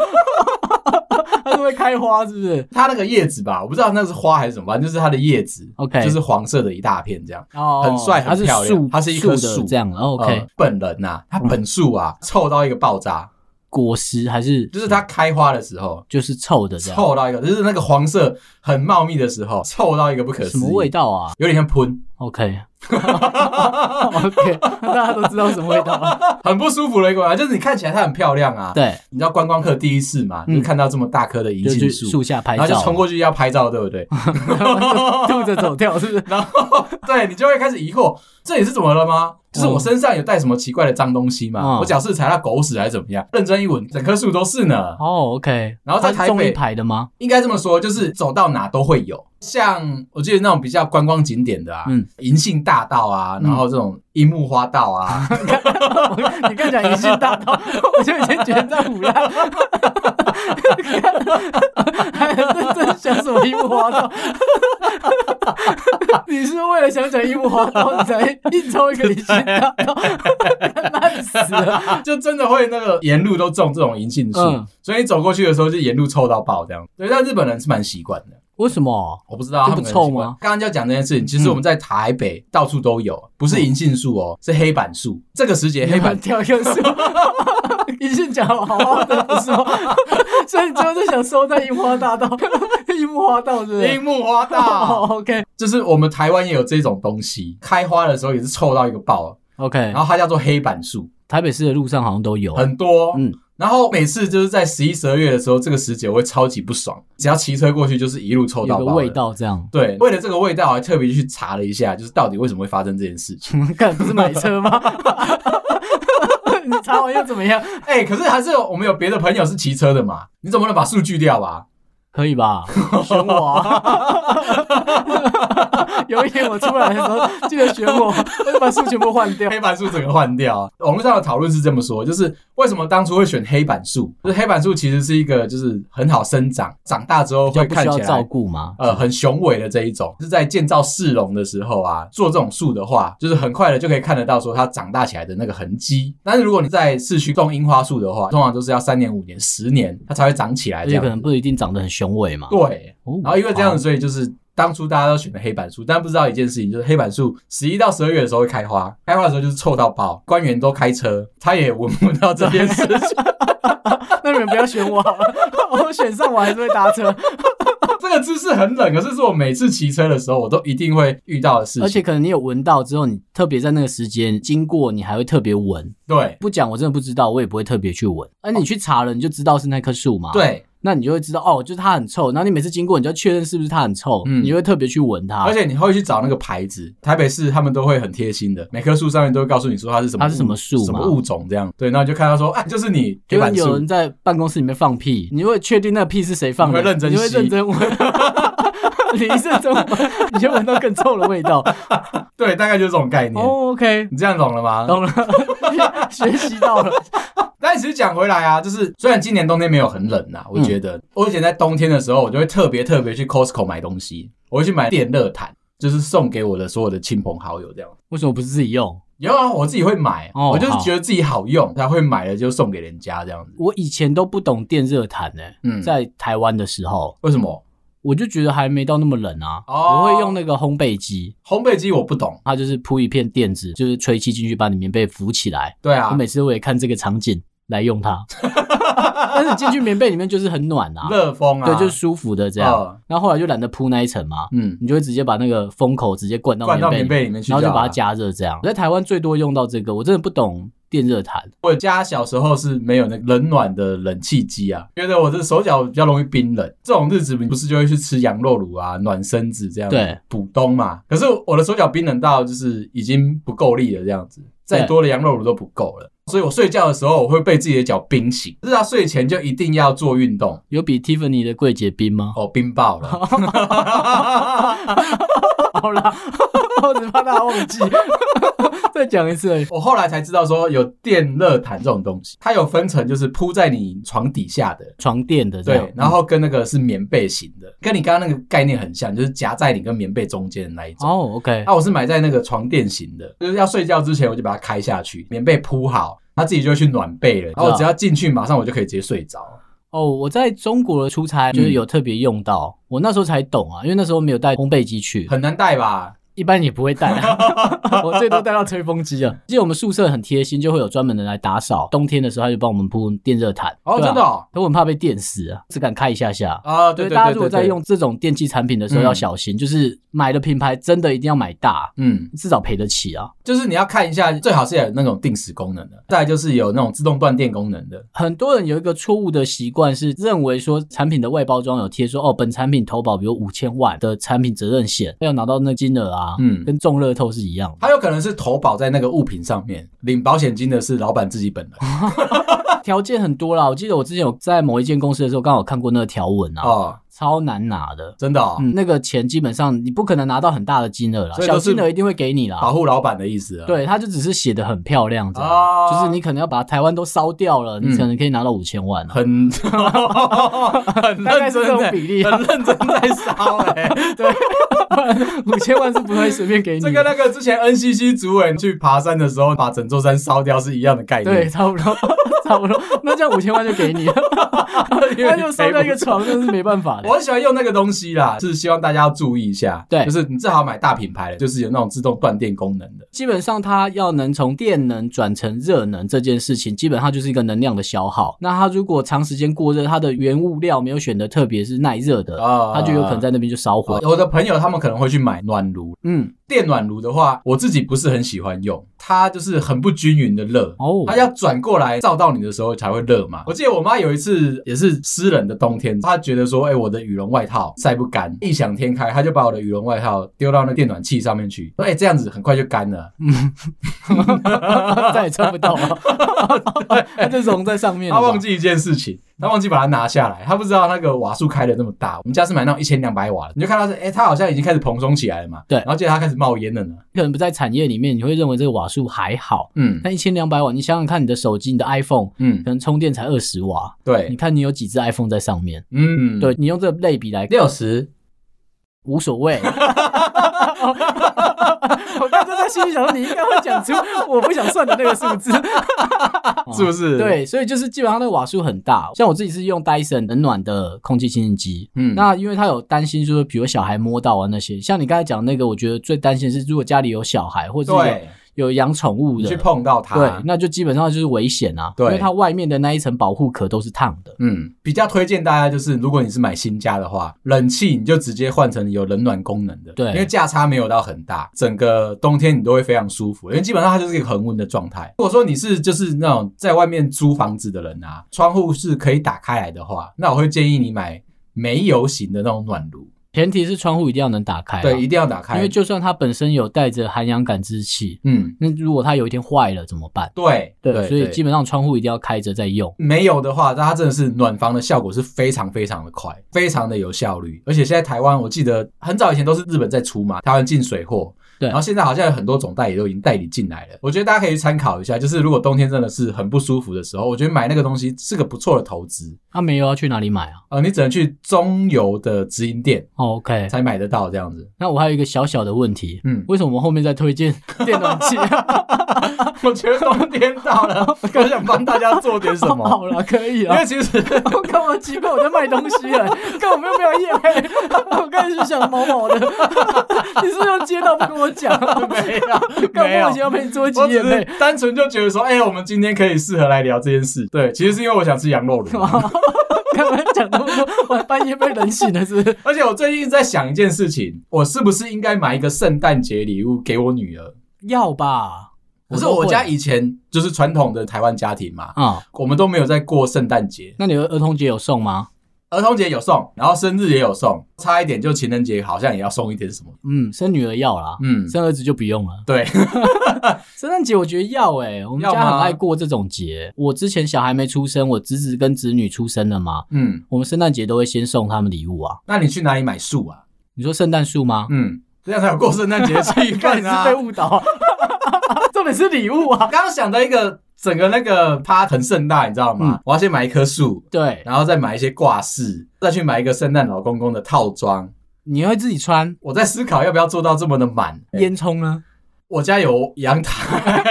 [SPEAKER 2] 它是会开花，是不是
[SPEAKER 1] 它那个叶子吧，我不知道那是花还是什么，反正就是它的叶子
[SPEAKER 2] ？OK，
[SPEAKER 1] 就是黄色的一大片这样。
[SPEAKER 2] 哦，
[SPEAKER 1] 很帅很
[SPEAKER 2] 它是
[SPEAKER 1] 漂亮
[SPEAKER 2] 树，
[SPEAKER 1] 它是一棵
[SPEAKER 2] 的
[SPEAKER 1] 树
[SPEAKER 2] 这样。哦 OK，
[SPEAKER 1] 呃本人呐、它本树啊，臭到一个爆炸，
[SPEAKER 2] 果实还是
[SPEAKER 1] 就是它开花的时候。
[SPEAKER 2] 就是臭的这样，
[SPEAKER 1] 臭到一个，就是那个黄色很茂密的时候，臭到一个不可思
[SPEAKER 2] 什
[SPEAKER 1] 议。
[SPEAKER 2] 么味？道啊
[SPEAKER 1] 有点像喷，
[SPEAKER 2] ？OK。OK，大家都知道什么味道 了。
[SPEAKER 1] 很不舒服的一个味道。就是你看起来它很漂亮啊，
[SPEAKER 2] 对，
[SPEAKER 1] 你知道观光客第一次嘛，
[SPEAKER 2] 嗯
[SPEAKER 1] 就是看到这么大棵的银
[SPEAKER 2] 就去
[SPEAKER 1] 杏树
[SPEAKER 2] 树，下拍
[SPEAKER 1] 然后
[SPEAKER 2] 照，
[SPEAKER 1] 就 冲过去要拍照，对不对？
[SPEAKER 2] 吐着走掉，是不是？
[SPEAKER 1] 然后 对你就会开始疑惑，这里是怎么了吗？就是我身上有带什么奇怪的脏东西吗？
[SPEAKER 2] 嗯
[SPEAKER 1] 我脚是踩到狗屎还是怎么样？认真一闻，整棵树都是呢。
[SPEAKER 2] 哦，OK。
[SPEAKER 1] 然后在
[SPEAKER 2] 它
[SPEAKER 1] 台
[SPEAKER 2] 是中
[SPEAKER 1] 北
[SPEAKER 2] 一排的 吗？
[SPEAKER 1] 应该这么说，就是走到哪都会有。像我记得那种比较观光景点的啊，
[SPEAKER 2] 嗯
[SPEAKER 1] 银杏大道啊，然后这种樱木花道 啊，
[SPEAKER 2] 你刚讲银杏大道，我就已经觉得在胡 乱，还认真想什么樱木花道？你是为了想讲樱木花道，你才硬抽一个银杏大道，烂死了！
[SPEAKER 1] 就真的会那个沿路都种这种银杏树，
[SPEAKER 2] 啊嗯
[SPEAKER 1] 所以你走过去的时候就沿路臭到爆这样。对，但日本人是蛮习惯的。
[SPEAKER 2] 为什么？啊
[SPEAKER 1] 我不知道
[SPEAKER 2] 这
[SPEAKER 1] 他
[SPEAKER 2] 不
[SPEAKER 1] 们
[SPEAKER 2] 臭
[SPEAKER 1] 很习惯
[SPEAKER 2] 吗？
[SPEAKER 1] 刚刚就要讲这件事情，其实我们在台北到处都有，不
[SPEAKER 2] 嗯
[SPEAKER 1] 是银杏树哦，是黑板树。这个时节黑板
[SPEAKER 2] 跳又 树，银杏讲好好的不是吗？所以你最后就想收在樱花 大道，樱木花道是不是
[SPEAKER 1] 樱？木花
[SPEAKER 2] 哦
[SPEAKER 1] 道，
[SPEAKER 2] ，OK
[SPEAKER 1] 就是我们台湾也有这种东西，开花的时候也是臭到一个爆，啊
[SPEAKER 2] OK，
[SPEAKER 1] 然后它叫做黑板树，
[SPEAKER 2] 台北市的路上好像都有，
[SPEAKER 1] 很多。
[SPEAKER 2] 嗯
[SPEAKER 1] 然后每次就是在十一、十二月的时候，这个时节我会超级不爽，只要骑车过去就是一路臭
[SPEAKER 2] 有
[SPEAKER 1] 到
[SPEAKER 2] 个
[SPEAKER 1] 爆的
[SPEAKER 2] 味。道这样。
[SPEAKER 1] 对，为了这个味道，还特别去查了一下，就是到底为什么会发生这件事情。
[SPEAKER 2] 干不是买车吗？你查完又怎么样？
[SPEAKER 1] 哎、可是还是有我们有别的朋友是骑车的嘛，你总不能把数据掉吧？
[SPEAKER 2] 可以吧？选我、啊，
[SPEAKER 3] 有一天我出来的时候，记得选我，我就把书全部换掉。
[SPEAKER 1] 黑板树整个换掉啊。网络上的讨论是这么说，就是为什么当初会选黑板树？就是黑板树其实是一个就是很好生长，长大之后
[SPEAKER 2] 就
[SPEAKER 1] 会
[SPEAKER 2] 不需
[SPEAKER 1] 看
[SPEAKER 2] 要
[SPEAKER 1] 起
[SPEAKER 2] 照
[SPEAKER 1] 来。
[SPEAKER 2] 顾吗？
[SPEAKER 1] 呃，很雄伟的这一种，是在建造市容的时候啊，做这种树的话，就是很快的就可以看得到说它长大起来的那个痕迹。但是如果你在市区种樱花树的话，通常都是要三年、五年、十年它才会长起来
[SPEAKER 2] 而
[SPEAKER 1] 这
[SPEAKER 2] 且
[SPEAKER 1] 样
[SPEAKER 2] 可
[SPEAKER 1] 子。
[SPEAKER 2] 能不一定长得很雄伟嘛。
[SPEAKER 1] 对，
[SPEAKER 2] 哦
[SPEAKER 1] 然后因为这样子，所以就是当初大家都选了黑板树，但不知道一件事情，就是黑板树十一到十二月的时候会开花，开花的时候就是臭到爆，官员都开车，他也闻不到这件事情。
[SPEAKER 3] 那你们不要选我好了，我选上我还是会搭车，
[SPEAKER 1] 这个知识很冷，可是是我每次骑车的时候，我都一定会遇到的事情。
[SPEAKER 2] 而且可能你有闻到之后，你特别在那个时间经过，你还会特别闻。
[SPEAKER 1] 对
[SPEAKER 2] 不讲我真的不知道，我也不会特别去闻。而
[SPEAKER 3] 哦
[SPEAKER 2] 你去查了，你就知道是那棵树嘛。，
[SPEAKER 1] 对，
[SPEAKER 2] 那你就会知道哦，就是它很臭。然后你每次经过，你就要确认是不是它很臭，
[SPEAKER 1] 嗯
[SPEAKER 2] 你就会特别去闻它。
[SPEAKER 1] 而且你会去找那个牌子，台北市他们都会很贴心的，每棵树上面都会告诉你说它是什么物，
[SPEAKER 2] 它是什么树嘛
[SPEAKER 1] 什么物种这样。对，然后你就看到说，哎，就是你黑
[SPEAKER 2] 就
[SPEAKER 1] 板
[SPEAKER 2] 是有
[SPEAKER 1] 树
[SPEAKER 2] 人。在办公室里面放屁，你会确定那个屁是谁放的，
[SPEAKER 1] 你会认真
[SPEAKER 2] 你会
[SPEAKER 1] 吸
[SPEAKER 2] 认 真闻，你一认真闻，你就闻到更臭的味 道。
[SPEAKER 1] 对，大概就是这种概念。
[SPEAKER 3] 哦 OK，
[SPEAKER 1] 你这样懂了 吗？
[SPEAKER 2] 懂了，学习到了。
[SPEAKER 1] 但其实讲回来啊，就是虽然今年冬天没有很冷
[SPEAKER 2] 嗯
[SPEAKER 1] 啊，我觉得、我以前在冬天的时候，我就会特别特别去 Costco 买东西，我会去买电热毯，就是送给我的所有的亲朋好友这样。
[SPEAKER 2] 为什么不是自己用？
[SPEAKER 1] 有啊，我自己会买，
[SPEAKER 2] 哦
[SPEAKER 1] 我就是
[SPEAKER 2] 好
[SPEAKER 1] 觉得自己好用才会买了就送给人家这样子。
[SPEAKER 2] 我以前都不懂电热毯呢、
[SPEAKER 1] 嗯，
[SPEAKER 2] 在台湾的时候，
[SPEAKER 1] 为什么
[SPEAKER 2] 我就觉得还没到那么冷啊。
[SPEAKER 1] 哦
[SPEAKER 2] 我会用那个烘焙机，
[SPEAKER 1] 烘焙机我不懂？
[SPEAKER 2] 它就是铺一片垫子，就是吹气进去把你棉被浮起来。
[SPEAKER 1] 对啊
[SPEAKER 2] 我，每次我也看这个场景来 用它，但是进去棉被里面就是很暖啊，
[SPEAKER 1] 热风啊，
[SPEAKER 2] 对，就是舒服的这样。
[SPEAKER 1] 哦
[SPEAKER 2] 然后后来就懒得铺那一层嘛，
[SPEAKER 1] 嗯，
[SPEAKER 2] 你就会直接把那个风口直接灌到
[SPEAKER 1] 灌到
[SPEAKER 2] 棉
[SPEAKER 1] 棉
[SPEAKER 2] 被
[SPEAKER 1] 被里面去
[SPEAKER 2] 然
[SPEAKER 1] 好
[SPEAKER 2] 后
[SPEAKER 1] 了，
[SPEAKER 2] 就把它加热这样。我在台湾最多用到这个，我真的不懂电热毯。
[SPEAKER 1] 我家小时候是没有那个冷暖的冷气机啊，觉得我的手脚比较容易冰冷。这种日子你不是就会去吃羊肉炉啊，暖身子这样
[SPEAKER 2] 对
[SPEAKER 1] 补冬嘛。可是我的手脚冰冷到就是已经不够力了，这样子，再
[SPEAKER 2] 对
[SPEAKER 1] 多的羊肉炉都不够了。所以我睡觉的时候，我会被自己的脚冰醒。就是他睡前就一定要做运动
[SPEAKER 2] 有比 Tiffany 的柜姐冰吗？
[SPEAKER 1] 哦，冰爆 了。
[SPEAKER 3] 好啦，我只怕大家忘记，再讲一次而已。
[SPEAKER 1] 我后来才知道说有电热毯这种东西，它有分成，就是铺在你床底下的，
[SPEAKER 2] 床垫的这样
[SPEAKER 1] 对，，然后跟那个是棉被型的，跟你刚刚那个概念很像，就是夹在你跟棉被中间的那一种。
[SPEAKER 2] 哦，OK，
[SPEAKER 1] 啊，我是买在那个床垫型的，就是要睡觉之前我就把它开下去，棉被铺好，它自己就会去暖被了。然
[SPEAKER 2] 啊
[SPEAKER 1] 后我只要进去，马上我就可以直接睡着。
[SPEAKER 2] 哦，我在中国的出差就是有特别用到，我那时候才懂啊，因为那时候没有带烘焙机去，
[SPEAKER 1] 很难带吧？
[SPEAKER 2] 一般也不会带、啊，我最多带到吹风机了。记得我们宿舍很贴心，就会有专门的来打扫，冬天的时候他就帮我们铺电热毯。
[SPEAKER 1] 哦，
[SPEAKER 2] 对啊
[SPEAKER 1] 真的哦，
[SPEAKER 2] 我很怕被电死啊，只敢开一下下。
[SPEAKER 1] 啊，对对
[SPEAKER 2] 对
[SPEAKER 1] 对
[SPEAKER 2] 大家如果在，
[SPEAKER 1] 对
[SPEAKER 2] 用这种电器产品的时候
[SPEAKER 1] 嗯
[SPEAKER 2] 要小心，就是买的品牌真的一定要买大，
[SPEAKER 1] 对嗯，
[SPEAKER 2] 至少赔得起啊。
[SPEAKER 1] 就是你要看一下，最好是有那种定时功能的，再来就是有那种自动断电功能的。
[SPEAKER 2] 很多人有一个错误的习惯是认为说产品的外包装有贴说哦，本产品投保比如五千万的产品责任险，要拿到那金额啊，
[SPEAKER 1] 嗯
[SPEAKER 2] 跟中乐透是一样的。
[SPEAKER 1] 它有可能是投保在那个物品上面，领保险金的是老板自己本 人。
[SPEAKER 2] 条件很多啦，我记得我之前有在某一间公司的时候，刚好看过那个条文啊，
[SPEAKER 1] 哦，
[SPEAKER 2] 超难拿的。
[SPEAKER 1] 真的哦，
[SPEAKER 2] 嗯，那个钱基本上你不可能拿到很大的金额啦，
[SPEAKER 1] 所以
[SPEAKER 2] 小
[SPEAKER 1] 都是
[SPEAKER 2] 金额一定会给你啦
[SPEAKER 1] 保。护老板的意思啊。
[SPEAKER 2] 对，他就只是写的很漂亮，这样、
[SPEAKER 1] 哦
[SPEAKER 2] 就是你可能要把台湾都烧掉了，你
[SPEAKER 1] 嗯
[SPEAKER 2] 可能可以拿到五千万啊。
[SPEAKER 1] 很很
[SPEAKER 3] 大概
[SPEAKER 1] 认
[SPEAKER 3] 是这
[SPEAKER 1] 真
[SPEAKER 3] 种
[SPEAKER 1] 欸
[SPEAKER 3] 比例啊
[SPEAKER 1] 很认真在烧哎、
[SPEAKER 3] 五千万是不会随便给你
[SPEAKER 1] 这
[SPEAKER 3] 的，
[SPEAKER 1] 跟那个之前 NCC 主委去爬山的时候，把整座山烧掉是一样的概
[SPEAKER 3] 对，
[SPEAKER 1] 念。
[SPEAKER 3] 差不多， 差不多。那这样五千万就给 你了，
[SPEAKER 1] 因为
[SPEAKER 3] 那就烧掉一个
[SPEAKER 1] 赔
[SPEAKER 3] 床，真的是没办法
[SPEAKER 1] 不起。
[SPEAKER 3] 的。
[SPEAKER 1] 我很喜欢用那个东西啦，是希望大家要注意一下。
[SPEAKER 2] 对
[SPEAKER 1] 就是你最好买大品牌的，就是有那种自动断电功能的。
[SPEAKER 2] 基本上它要能从电能转成热能这件事情，基本上就是一个能量的消耗。那它如果长时间过热，它的原物料没有选的特别是耐热的，
[SPEAKER 1] 啊
[SPEAKER 2] 它就有可能在那边就烧
[SPEAKER 3] 啊
[SPEAKER 2] 毁。
[SPEAKER 1] 我的朋友他们可能会去买暖炉，
[SPEAKER 2] 嗯，
[SPEAKER 1] 电暖炉的话，我自己不是很喜欢用，它就是很不均匀的热。
[SPEAKER 2] 哦
[SPEAKER 1] 它要转过来照到你的时候才会热嘛。我记得我妈有一次也是湿冷的冬天，她觉得说，哎、我的羽绒外套晒不干，异想天开，她就把我的羽绒外套丢到那电暖器上面去，说，哎、这样子很快就干了。
[SPEAKER 2] 嗯 再也穿不到了，它就融在上面了
[SPEAKER 1] 她
[SPEAKER 2] 吧。
[SPEAKER 1] 忘记一件事情，他忘记把它拿下来，他不知道那个瓦数开的那么大。我们家是买那种一千两百瓦的，你就看到是，哎、它好像已经开始蓬松起来了嘛。
[SPEAKER 2] 对
[SPEAKER 1] 然后接着它开始冒烟了呢。
[SPEAKER 2] 可能不在产业里面，你会认为这个瓦数还好。
[SPEAKER 1] 嗯
[SPEAKER 2] 但一千两百瓦，你想想看，你的手机、你的 iPhone
[SPEAKER 1] 嗯
[SPEAKER 2] 可，能充电才二十瓦，你
[SPEAKER 1] 对，
[SPEAKER 2] 看你有几只 iPhone 在上面？
[SPEAKER 1] 嗯，
[SPEAKER 2] 对你用这个类比来，
[SPEAKER 1] 六十，
[SPEAKER 2] 无所 谓。我刚刚在心里想说，你应该会讲出我不想算的那个数字， 哦
[SPEAKER 1] 是不是？，
[SPEAKER 2] 对，所以就是基本上那个瓦数很大。像我自己是用 Dyson 冷暖的空气清净机，
[SPEAKER 1] 嗯，
[SPEAKER 2] 那因为他有担心，就是比如小孩摸到啊那些，像你刚才讲那个，我觉得最担心的是如果家里有小孩或者是
[SPEAKER 1] 对，
[SPEAKER 2] 有有养宠物
[SPEAKER 1] 你
[SPEAKER 2] 的，
[SPEAKER 1] 去碰到它，
[SPEAKER 2] 对，那就基本上就是危险啊，
[SPEAKER 1] 对
[SPEAKER 2] 因为它外面的那一层保护壳都是烫的。
[SPEAKER 1] 嗯，比较推荐大家就是，如果你是买新家的话，冷气你就直接换成有冷暖功能的，
[SPEAKER 2] 对
[SPEAKER 1] 因为价差没有到很大，整个冬天你都会非常舒服，因为基本上它就是一个恒温的状态。如果说你是就是那种在外面租房子的人啊，窗户是可以打开来的话，那我会建议你买煤油型的那种暖炉，
[SPEAKER 2] 前提是窗户一定要能打开啊，
[SPEAKER 1] 对，一定要打开，
[SPEAKER 2] 因为就算它本身有带着含氧感知器，
[SPEAKER 1] 嗯，
[SPEAKER 2] 那如果它有一天坏了怎么办？
[SPEAKER 1] 对对，
[SPEAKER 2] 所以
[SPEAKER 1] 对
[SPEAKER 2] 基本上窗户一定要开着再用。
[SPEAKER 1] 没有的话，那它真的是暖房的效果是非常非常的快，非常的有效率。而且现在台湾，我记得很早以前都是日本在出嘛，台湾进水货。
[SPEAKER 2] 对
[SPEAKER 1] 然后现在好像有很多总代理都已经代理进来了，我觉得大家可以参考一下。就是如果冬天真的是很不舒服的时候，我觉得买那个东西是个不错的投资。
[SPEAKER 2] 啊，没有要去哪里买啊、
[SPEAKER 1] 呃，你只能去中游的直营店
[SPEAKER 2] 哦、？OK，
[SPEAKER 1] 才买得到这样子。
[SPEAKER 2] 那我还有一个小小的问题，
[SPEAKER 1] 嗯，
[SPEAKER 2] 为什么我们后面在推 荐电暖气、啊？
[SPEAKER 1] 我觉得冬天到 了，我想帮大家做点什么，
[SPEAKER 2] 好了，可以
[SPEAKER 1] 因
[SPEAKER 2] 啊
[SPEAKER 1] 为。其实
[SPEAKER 2] 我看我奇怪，我在卖东西哎，看我们又没有业配， 我刚才是想毛毛的， 你是不是又接到不跟我讲？
[SPEAKER 1] 没有，
[SPEAKER 2] 干
[SPEAKER 1] 没
[SPEAKER 2] 嘛
[SPEAKER 1] 有
[SPEAKER 2] 我以前要陪你做一集
[SPEAKER 1] 我只
[SPEAKER 2] 业
[SPEAKER 1] 是
[SPEAKER 2] 配？
[SPEAKER 1] 单纯就觉得说，哎、我们今天可以适合来聊这件事。对，其实是因为我想吃羊肉炉，
[SPEAKER 2] 干嘛讲那么多？我还半夜被冷醒了是不是？
[SPEAKER 1] 而且我最近一直在想一件事情，我是不是应该买一个圣诞节礼物给我女儿？
[SPEAKER 2] 要吧？
[SPEAKER 1] 可是我家
[SPEAKER 2] 一
[SPEAKER 1] 以前就是传统的台湾家庭嘛，
[SPEAKER 2] 啊、
[SPEAKER 1] 我们都没有在过圣诞节，
[SPEAKER 2] 那你儿童节有送吗？
[SPEAKER 1] 儿童节有送，然后生日也有送，差一点就情人节好像也要送一点什么。
[SPEAKER 2] 嗯，生女儿要啦，
[SPEAKER 1] 嗯，
[SPEAKER 2] 生儿子就不用了。
[SPEAKER 1] 对，
[SPEAKER 2] 圣诞节我觉得要哎、 我们
[SPEAKER 1] 要
[SPEAKER 2] 家
[SPEAKER 1] 吗
[SPEAKER 2] 很爱过这种节。我之前小孩没出生，我侄子跟侄女出生了嘛，
[SPEAKER 1] 嗯，
[SPEAKER 2] 我们圣诞节都会先送他们礼物啊。
[SPEAKER 1] 那你去哪里买树啊？
[SPEAKER 2] 你说圣诞树吗？
[SPEAKER 1] 嗯，这样才有过圣诞节的气氛 啊。
[SPEAKER 2] 误导、啊，重点是礼物啊。
[SPEAKER 1] 刚刚想到一个整个那个趴很盛大，你知道吗？
[SPEAKER 2] 嗯
[SPEAKER 1] 我要先买一棵树，
[SPEAKER 2] 对，
[SPEAKER 1] 然后再买一些挂饰，再去买一个圣诞老公公的套装。
[SPEAKER 2] 你会自己穿。
[SPEAKER 1] 我在思考要不要做到这么的满。
[SPEAKER 2] 烟囱呢？
[SPEAKER 1] 我家有阳台，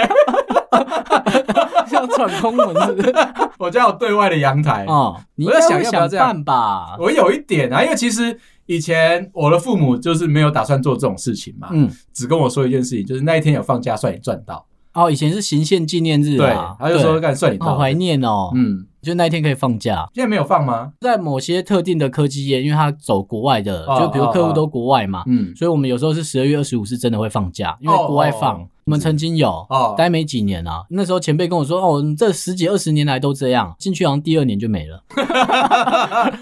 [SPEAKER 2] 像喘空门是不是？
[SPEAKER 1] 我家有对外的阳台。
[SPEAKER 2] 哦，你应
[SPEAKER 1] 我在
[SPEAKER 2] 该
[SPEAKER 1] 想
[SPEAKER 2] 会
[SPEAKER 1] 要不要
[SPEAKER 2] 想
[SPEAKER 1] 这样
[SPEAKER 2] 办吧。
[SPEAKER 1] 我有一点啊，因为其实以前我的父母就是没有打算做这种事情嘛，
[SPEAKER 2] 嗯，
[SPEAKER 1] 只跟我说一件事情，就是那一天有放假算你赚到。
[SPEAKER 2] 哦，以前是行宪纪念日
[SPEAKER 1] 对，
[SPEAKER 2] 啊，
[SPEAKER 1] 他就说
[SPEAKER 2] 对
[SPEAKER 1] 干算你
[SPEAKER 2] 好
[SPEAKER 1] 到。
[SPEAKER 2] 怀念哦，
[SPEAKER 1] 嗯，
[SPEAKER 2] 就那一天可以放假。
[SPEAKER 1] 现在没有放吗？
[SPEAKER 2] 在某些特定的科技业，因为他走国外的，
[SPEAKER 1] 哦
[SPEAKER 2] 就比如客户都国外嘛，
[SPEAKER 1] 嗯，
[SPEAKER 2] 所以我们有时候是十二月二十五是真的会放假，因为国外放。
[SPEAKER 1] 哦
[SPEAKER 2] 我们曾经有
[SPEAKER 1] 哦
[SPEAKER 2] 待没几年啊，那时候前辈跟我说，哦，这十几二十年来都这样，进去好像第二年就没 了，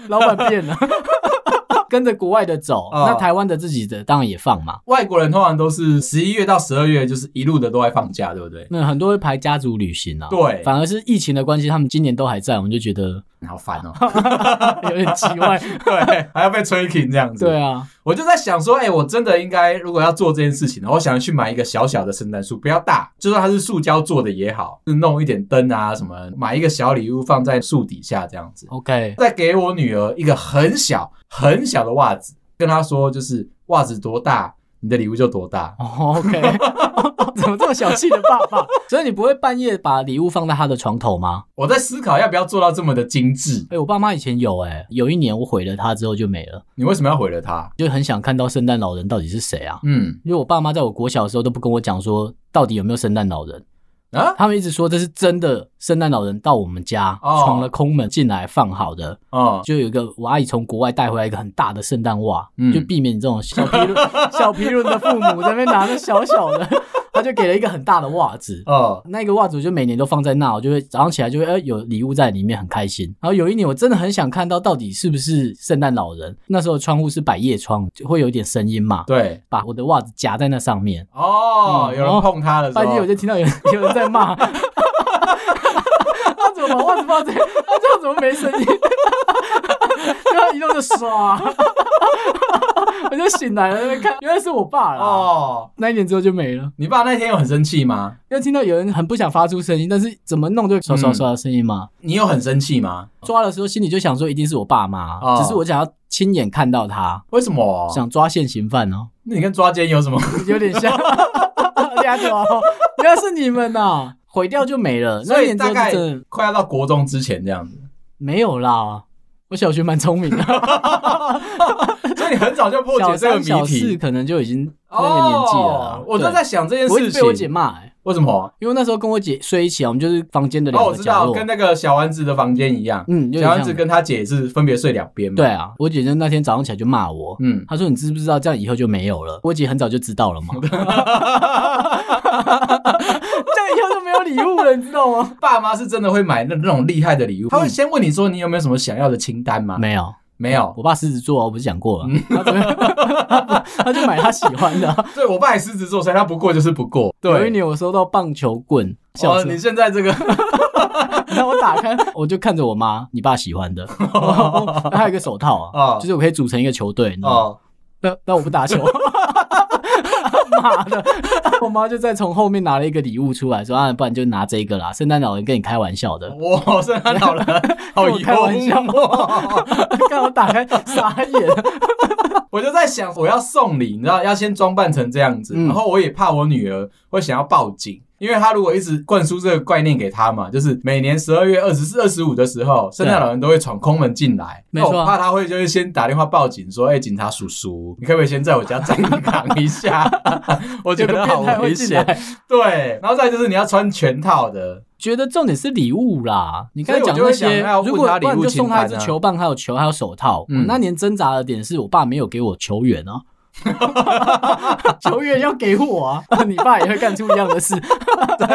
[SPEAKER 2] 老板变了。跟着国外的走，
[SPEAKER 1] 哦
[SPEAKER 2] 那台湾的自己的当然也放嘛。
[SPEAKER 1] 外国人通常都是十一月到十二月，就是一路的都在放假，对不对？
[SPEAKER 2] 那很多会排家族旅行啊，
[SPEAKER 1] 对
[SPEAKER 2] 反而是疫情的关系，他们今年都还在，我们就觉得
[SPEAKER 1] 好烦哦、
[SPEAKER 2] 有点奇 怪。
[SPEAKER 1] 对，还要被吹停这样子。
[SPEAKER 2] 对，啊，
[SPEAKER 1] 我就在想说，哎、我真的应该如果要做这件事情，我想去买一个小小的圣诞树，不要大，就算它是塑胶做的也好，就弄一点灯啊什么，买一个小礼物放在树底下这样子。
[SPEAKER 2] OK，
[SPEAKER 1] 再给我女儿一个很小很小的袜子，跟她说就是袜子多大，你的礼物就多大。
[SPEAKER 2] 哦，OK，怎么这么小气的爸爸？ 所以你不会半夜把礼物放在他的床头吗？
[SPEAKER 1] 我在思考要不要做到这么的精致。
[SPEAKER 2] 哎、我爸妈以前有哎、有一年我毁了他之后就没了，
[SPEAKER 1] 你为什么要毁了它？
[SPEAKER 2] 就很想看到圣诞老人到底是谁啊。
[SPEAKER 1] 嗯
[SPEAKER 2] 因为我爸妈在我国小的时候都不跟我讲说到底有没有圣诞老人，
[SPEAKER 1] 啊
[SPEAKER 2] 他们一直说这是真的圣诞老人到我们家、
[SPEAKER 1] 哦
[SPEAKER 2] 闯了空门进来放好的，
[SPEAKER 1] 哦，
[SPEAKER 2] 就有一个我阿姨从国外带回来一个很大的圣诞袜，
[SPEAKER 1] 嗯
[SPEAKER 2] 就避免你这种 小皮论小皮论的父母在那边拿着小小的，他就给了一个很大的袜子。
[SPEAKER 1] 哦，
[SPEAKER 2] 那个袜子我就每年都放在那，我就会早上起来就会哎、有礼物在里面，很开心。然后有一年我真的很想看到到底是不是圣诞老人，那时候窗户是百叶窗，就会有一点声音 嘛，
[SPEAKER 1] 对，
[SPEAKER 2] 把我的袜子夹在那上面，
[SPEAKER 1] 哦，
[SPEAKER 2] 嗯
[SPEAKER 1] 有人碰它的时候，
[SPEAKER 2] 半夜我就听到有人有人在骂。他怎么
[SPEAKER 4] 把袜子放这里， 他这样怎么没声音？ 然后一动就刷，我就醒来了，在那边看，原来是我爸啦。
[SPEAKER 1] 哦，
[SPEAKER 4] 那一年之后就没了，
[SPEAKER 1] 你爸那天有很生气吗？
[SPEAKER 4] 因为听到有人很不想发出声音，但是怎么弄就
[SPEAKER 2] 刷刷刷的声音嘛。
[SPEAKER 1] 你有很生气吗？
[SPEAKER 2] 抓的时候心里就想说，一定是我爸妈，
[SPEAKER 1] 哦
[SPEAKER 2] 只是我想要亲眼看到他，
[SPEAKER 1] 为什么？
[SPEAKER 2] 想抓现行犯哦。
[SPEAKER 1] 那你跟抓奸有什么？
[SPEAKER 4] 有点 像。丫头，
[SPEAKER 2] 哦
[SPEAKER 4] 原来是你们呐！
[SPEAKER 2] 毁掉就没了，
[SPEAKER 1] 所
[SPEAKER 2] 那
[SPEAKER 1] 以
[SPEAKER 2] 年之
[SPEAKER 1] 大
[SPEAKER 2] 后
[SPEAKER 1] 概
[SPEAKER 2] 就真的
[SPEAKER 1] 快要到国中之前这样 子，
[SPEAKER 2] 没有啦。我小学蛮聪 明的，
[SPEAKER 1] 所以你很早就破
[SPEAKER 2] 小
[SPEAKER 1] 解这个
[SPEAKER 2] 三小
[SPEAKER 1] 谜
[SPEAKER 2] 四
[SPEAKER 1] 题。
[SPEAKER 2] 可能就已经那个年纪了啦。
[SPEAKER 1] 哦我就
[SPEAKER 2] 对
[SPEAKER 1] 在想这件
[SPEAKER 2] 我一
[SPEAKER 1] 事
[SPEAKER 2] 直被我姐
[SPEAKER 1] 情，
[SPEAKER 2] 骂、欸，
[SPEAKER 1] 为什么？哦，
[SPEAKER 2] 因为那时候跟我姐睡一起啊，我们就是房间的两
[SPEAKER 1] 我
[SPEAKER 2] 个
[SPEAKER 1] 知
[SPEAKER 2] 角
[SPEAKER 1] 道，
[SPEAKER 2] 落。
[SPEAKER 1] 跟那个小丸子的房间一样，
[SPEAKER 2] 嗯，有
[SPEAKER 1] 小丸
[SPEAKER 2] 点
[SPEAKER 1] 子
[SPEAKER 2] 像。
[SPEAKER 1] 跟他姐是分别睡两边嘛。
[SPEAKER 2] 对，啊，我姐就那天早上起来就骂我，
[SPEAKER 1] 嗯，
[SPEAKER 2] 她说你知不知道这样以后就没有了？我姐很早就知道了 嘛。
[SPEAKER 4] 这样以后就没有礼物了，你知道吗？
[SPEAKER 1] 爸妈是真的会买那那种厉害的礼物，他会先问你说你有没有什么想要的清单吗？
[SPEAKER 2] 没有，
[SPEAKER 1] 没有，
[SPEAKER 2] 我爸狮子座啊，我不是讲过
[SPEAKER 4] 嗯
[SPEAKER 2] 了，他怎么样 他就买他喜欢的 啊。
[SPEAKER 1] 对我爸也狮子座，所以他不过就是不过。
[SPEAKER 2] 有一
[SPEAKER 1] 对，
[SPEAKER 2] 年我收到棒球棍，小
[SPEAKER 1] 哦，
[SPEAKER 2] 时候
[SPEAKER 1] 你现在这个
[SPEAKER 2] 然后我打开，我就看着我妈，你爸喜 欢的，然后还有一个手套啊，
[SPEAKER 1] 哦
[SPEAKER 2] 就是我可以组成一个球队，你知道吗？
[SPEAKER 1] 哦，
[SPEAKER 2] 那那我不打 球。妈的！我妈就再从后面拿了一个礼物出来，说啊，不然就拿这个啦。圣诞老人跟你开玩笑的，
[SPEAKER 1] 我圣诞 老人好哦
[SPEAKER 2] 跟我开 玩笑
[SPEAKER 1] 幽默。
[SPEAKER 2] 看我打开傻眼。
[SPEAKER 1] 我就在想，我要送礼，你知道，要先装扮成这样子，
[SPEAKER 2] 嗯
[SPEAKER 1] 然后我也怕我女儿会想要报警。因为她如果一直灌输这个概念给她嘛，就是每年十二月二十四、二十五的时候，圣诞老人都会闯空门进来。
[SPEAKER 2] 没错
[SPEAKER 1] 那我怕她会就是先打电话报警，说：“哎、警察叔叔，你可不可以先在我家站岗一下？” 我觉
[SPEAKER 2] 有
[SPEAKER 1] 得
[SPEAKER 2] 个
[SPEAKER 1] 好
[SPEAKER 2] 变态
[SPEAKER 1] 危
[SPEAKER 2] 会进来
[SPEAKER 1] 险。对，然后再就是你要穿全套的，
[SPEAKER 2] 觉得重点是礼物啦。你刚才
[SPEAKER 1] 所以我
[SPEAKER 2] 讲
[SPEAKER 1] 就会
[SPEAKER 2] 那
[SPEAKER 1] 想
[SPEAKER 2] 些
[SPEAKER 1] 要，问
[SPEAKER 2] 如果
[SPEAKER 1] 他礼
[SPEAKER 2] 不
[SPEAKER 1] 物
[SPEAKER 2] 然就
[SPEAKER 1] 清
[SPEAKER 2] 送他
[SPEAKER 1] 单
[SPEAKER 2] 一支
[SPEAKER 1] 啊
[SPEAKER 2] 球棒，还有球，还有手套。
[SPEAKER 1] 嗯
[SPEAKER 2] 我那年挣扎的点是我爸没有给我球员 啊，
[SPEAKER 4] 球员要给我啊，你爸也会干出一样的 事，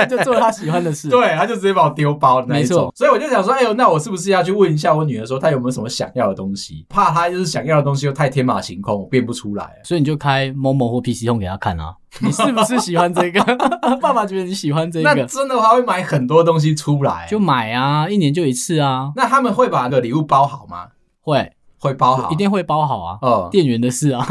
[SPEAKER 2] 就做他喜欢的事。
[SPEAKER 1] 对，他就直接把我丢包的那一
[SPEAKER 2] 没
[SPEAKER 1] 种
[SPEAKER 2] 错。
[SPEAKER 1] 所以我就想说，哎呦，那我是不是要去问一下我女儿，说她有没有什么想要的东西？怕她就是想要的东西又太天马行空，我变不出来。
[SPEAKER 2] 所以你就开某某或 PC 通给他看啊，你是不是喜欢这个？ 爸爸觉得你喜欢这
[SPEAKER 1] 那
[SPEAKER 2] 个，
[SPEAKER 1] 真的话会买很多东西出来。
[SPEAKER 2] 就买啊，一年就一次啊，
[SPEAKER 1] 那他们会把那个礼物包好吗？
[SPEAKER 2] 会
[SPEAKER 1] 会包好，
[SPEAKER 2] 一定会包好啊，
[SPEAKER 1] 哦。
[SPEAKER 2] 店员的事啊，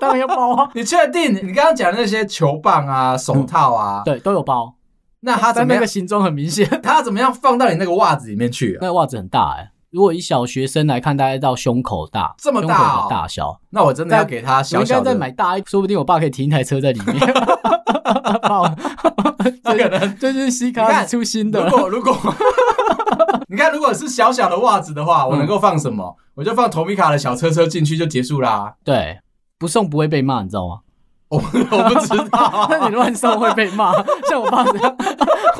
[SPEAKER 4] 当然要包啊。
[SPEAKER 1] 你确定？你刚刚讲的那些球棒啊、手套啊，
[SPEAKER 2] 对，都有包，
[SPEAKER 1] 那他啊怎
[SPEAKER 4] 但
[SPEAKER 1] 么
[SPEAKER 4] 那
[SPEAKER 1] 样
[SPEAKER 4] 个？形状很明显，
[SPEAKER 1] 他怎么样放到你那个袜子里面去啊？
[SPEAKER 2] 那袜子很大哎、如果以小学生来看，大概到胸口大，
[SPEAKER 1] 这么大
[SPEAKER 2] 胸口
[SPEAKER 1] 哦
[SPEAKER 2] 的大小，
[SPEAKER 1] 那我真的要给他小
[SPEAKER 2] 我应该
[SPEAKER 1] 小
[SPEAKER 2] 再
[SPEAKER 1] 的，
[SPEAKER 2] 买大一，说不定我爸可以停一台车在里面。把我
[SPEAKER 1] 他可能
[SPEAKER 4] 这就是西
[SPEAKER 1] 你
[SPEAKER 4] 卡
[SPEAKER 1] 看
[SPEAKER 4] 子出新的
[SPEAKER 1] 如。果如果你看，如果是小小的袜子的话，我能够放什么？我就放投米卡的小车车进去就结束啦。
[SPEAKER 2] 对，不送不会被骂，你知道吗？
[SPEAKER 1] 我我不知道啊、
[SPEAKER 4] 那你乱送会被 骂，像我爸这样，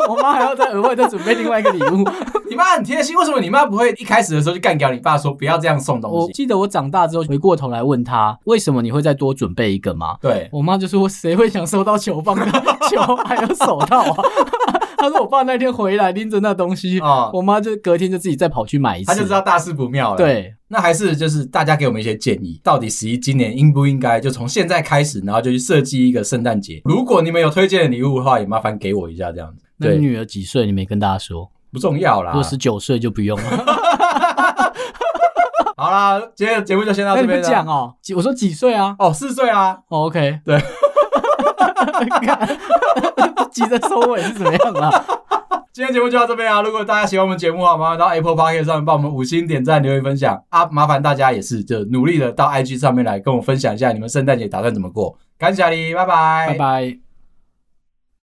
[SPEAKER 4] 我妈还要再额外再准备另外一个礼物。
[SPEAKER 1] 你妈很贴心，为什么你妈不会一开始的时候就干掉你爸说不要这样送东
[SPEAKER 2] 我
[SPEAKER 1] 西？
[SPEAKER 2] 记得我长大之后回过头来问他，为什么你会再多准备一个吗？
[SPEAKER 1] 对，
[SPEAKER 2] 我妈就说：“谁会想收到球棒 的球还有手套啊？” 她说：“我爸那天回来拎着那东西，
[SPEAKER 1] 哦
[SPEAKER 2] 我妈就隔天就自己再跑去买一次。”
[SPEAKER 1] 他就知道大事不妙了。，
[SPEAKER 2] 对，
[SPEAKER 1] 那还是就是大家给我们一些建议，到底十一今年应不应该就从现在开始，然后就去设计一个圣诞节？如果你们有推荐的礼物的话，也麻烦给我一下，这样子。
[SPEAKER 2] 那
[SPEAKER 1] 对，
[SPEAKER 2] 你
[SPEAKER 1] 啊
[SPEAKER 2] 女儿几岁？你没跟大家说？
[SPEAKER 1] 不重要
[SPEAKER 2] 如
[SPEAKER 1] 啦
[SPEAKER 2] 果。十九岁就不用了。
[SPEAKER 1] 好啦，今天的节目就先到
[SPEAKER 4] 那你
[SPEAKER 1] 这
[SPEAKER 4] 不
[SPEAKER 1] 边
[SPEAKER 4] 讲
[SPEAKER 1] 了。
[SPEAKER 4] 哦？
[SPEAKER 2] 几我说几岁啊、
[SPEAKER 1] 哦，四岁啊，
[SPEAKER 2] o k
[SPEAKER 1] 对，
[SPEAKER 2] 急着收尾是怎么样啊？
[SPEAKER 1] 今天节目就到这边啊！如果大家喜欢我们节目啊，麻烦到 Apple Podcast 上面帮我们五星点赞、留言、分享啊！麻烦大家也是，就努力的到 IG 上面来跟我分享一下你们圣诞节打算怎么过。感谢你，拜拜，
[SPEAKER 2] 拜拜。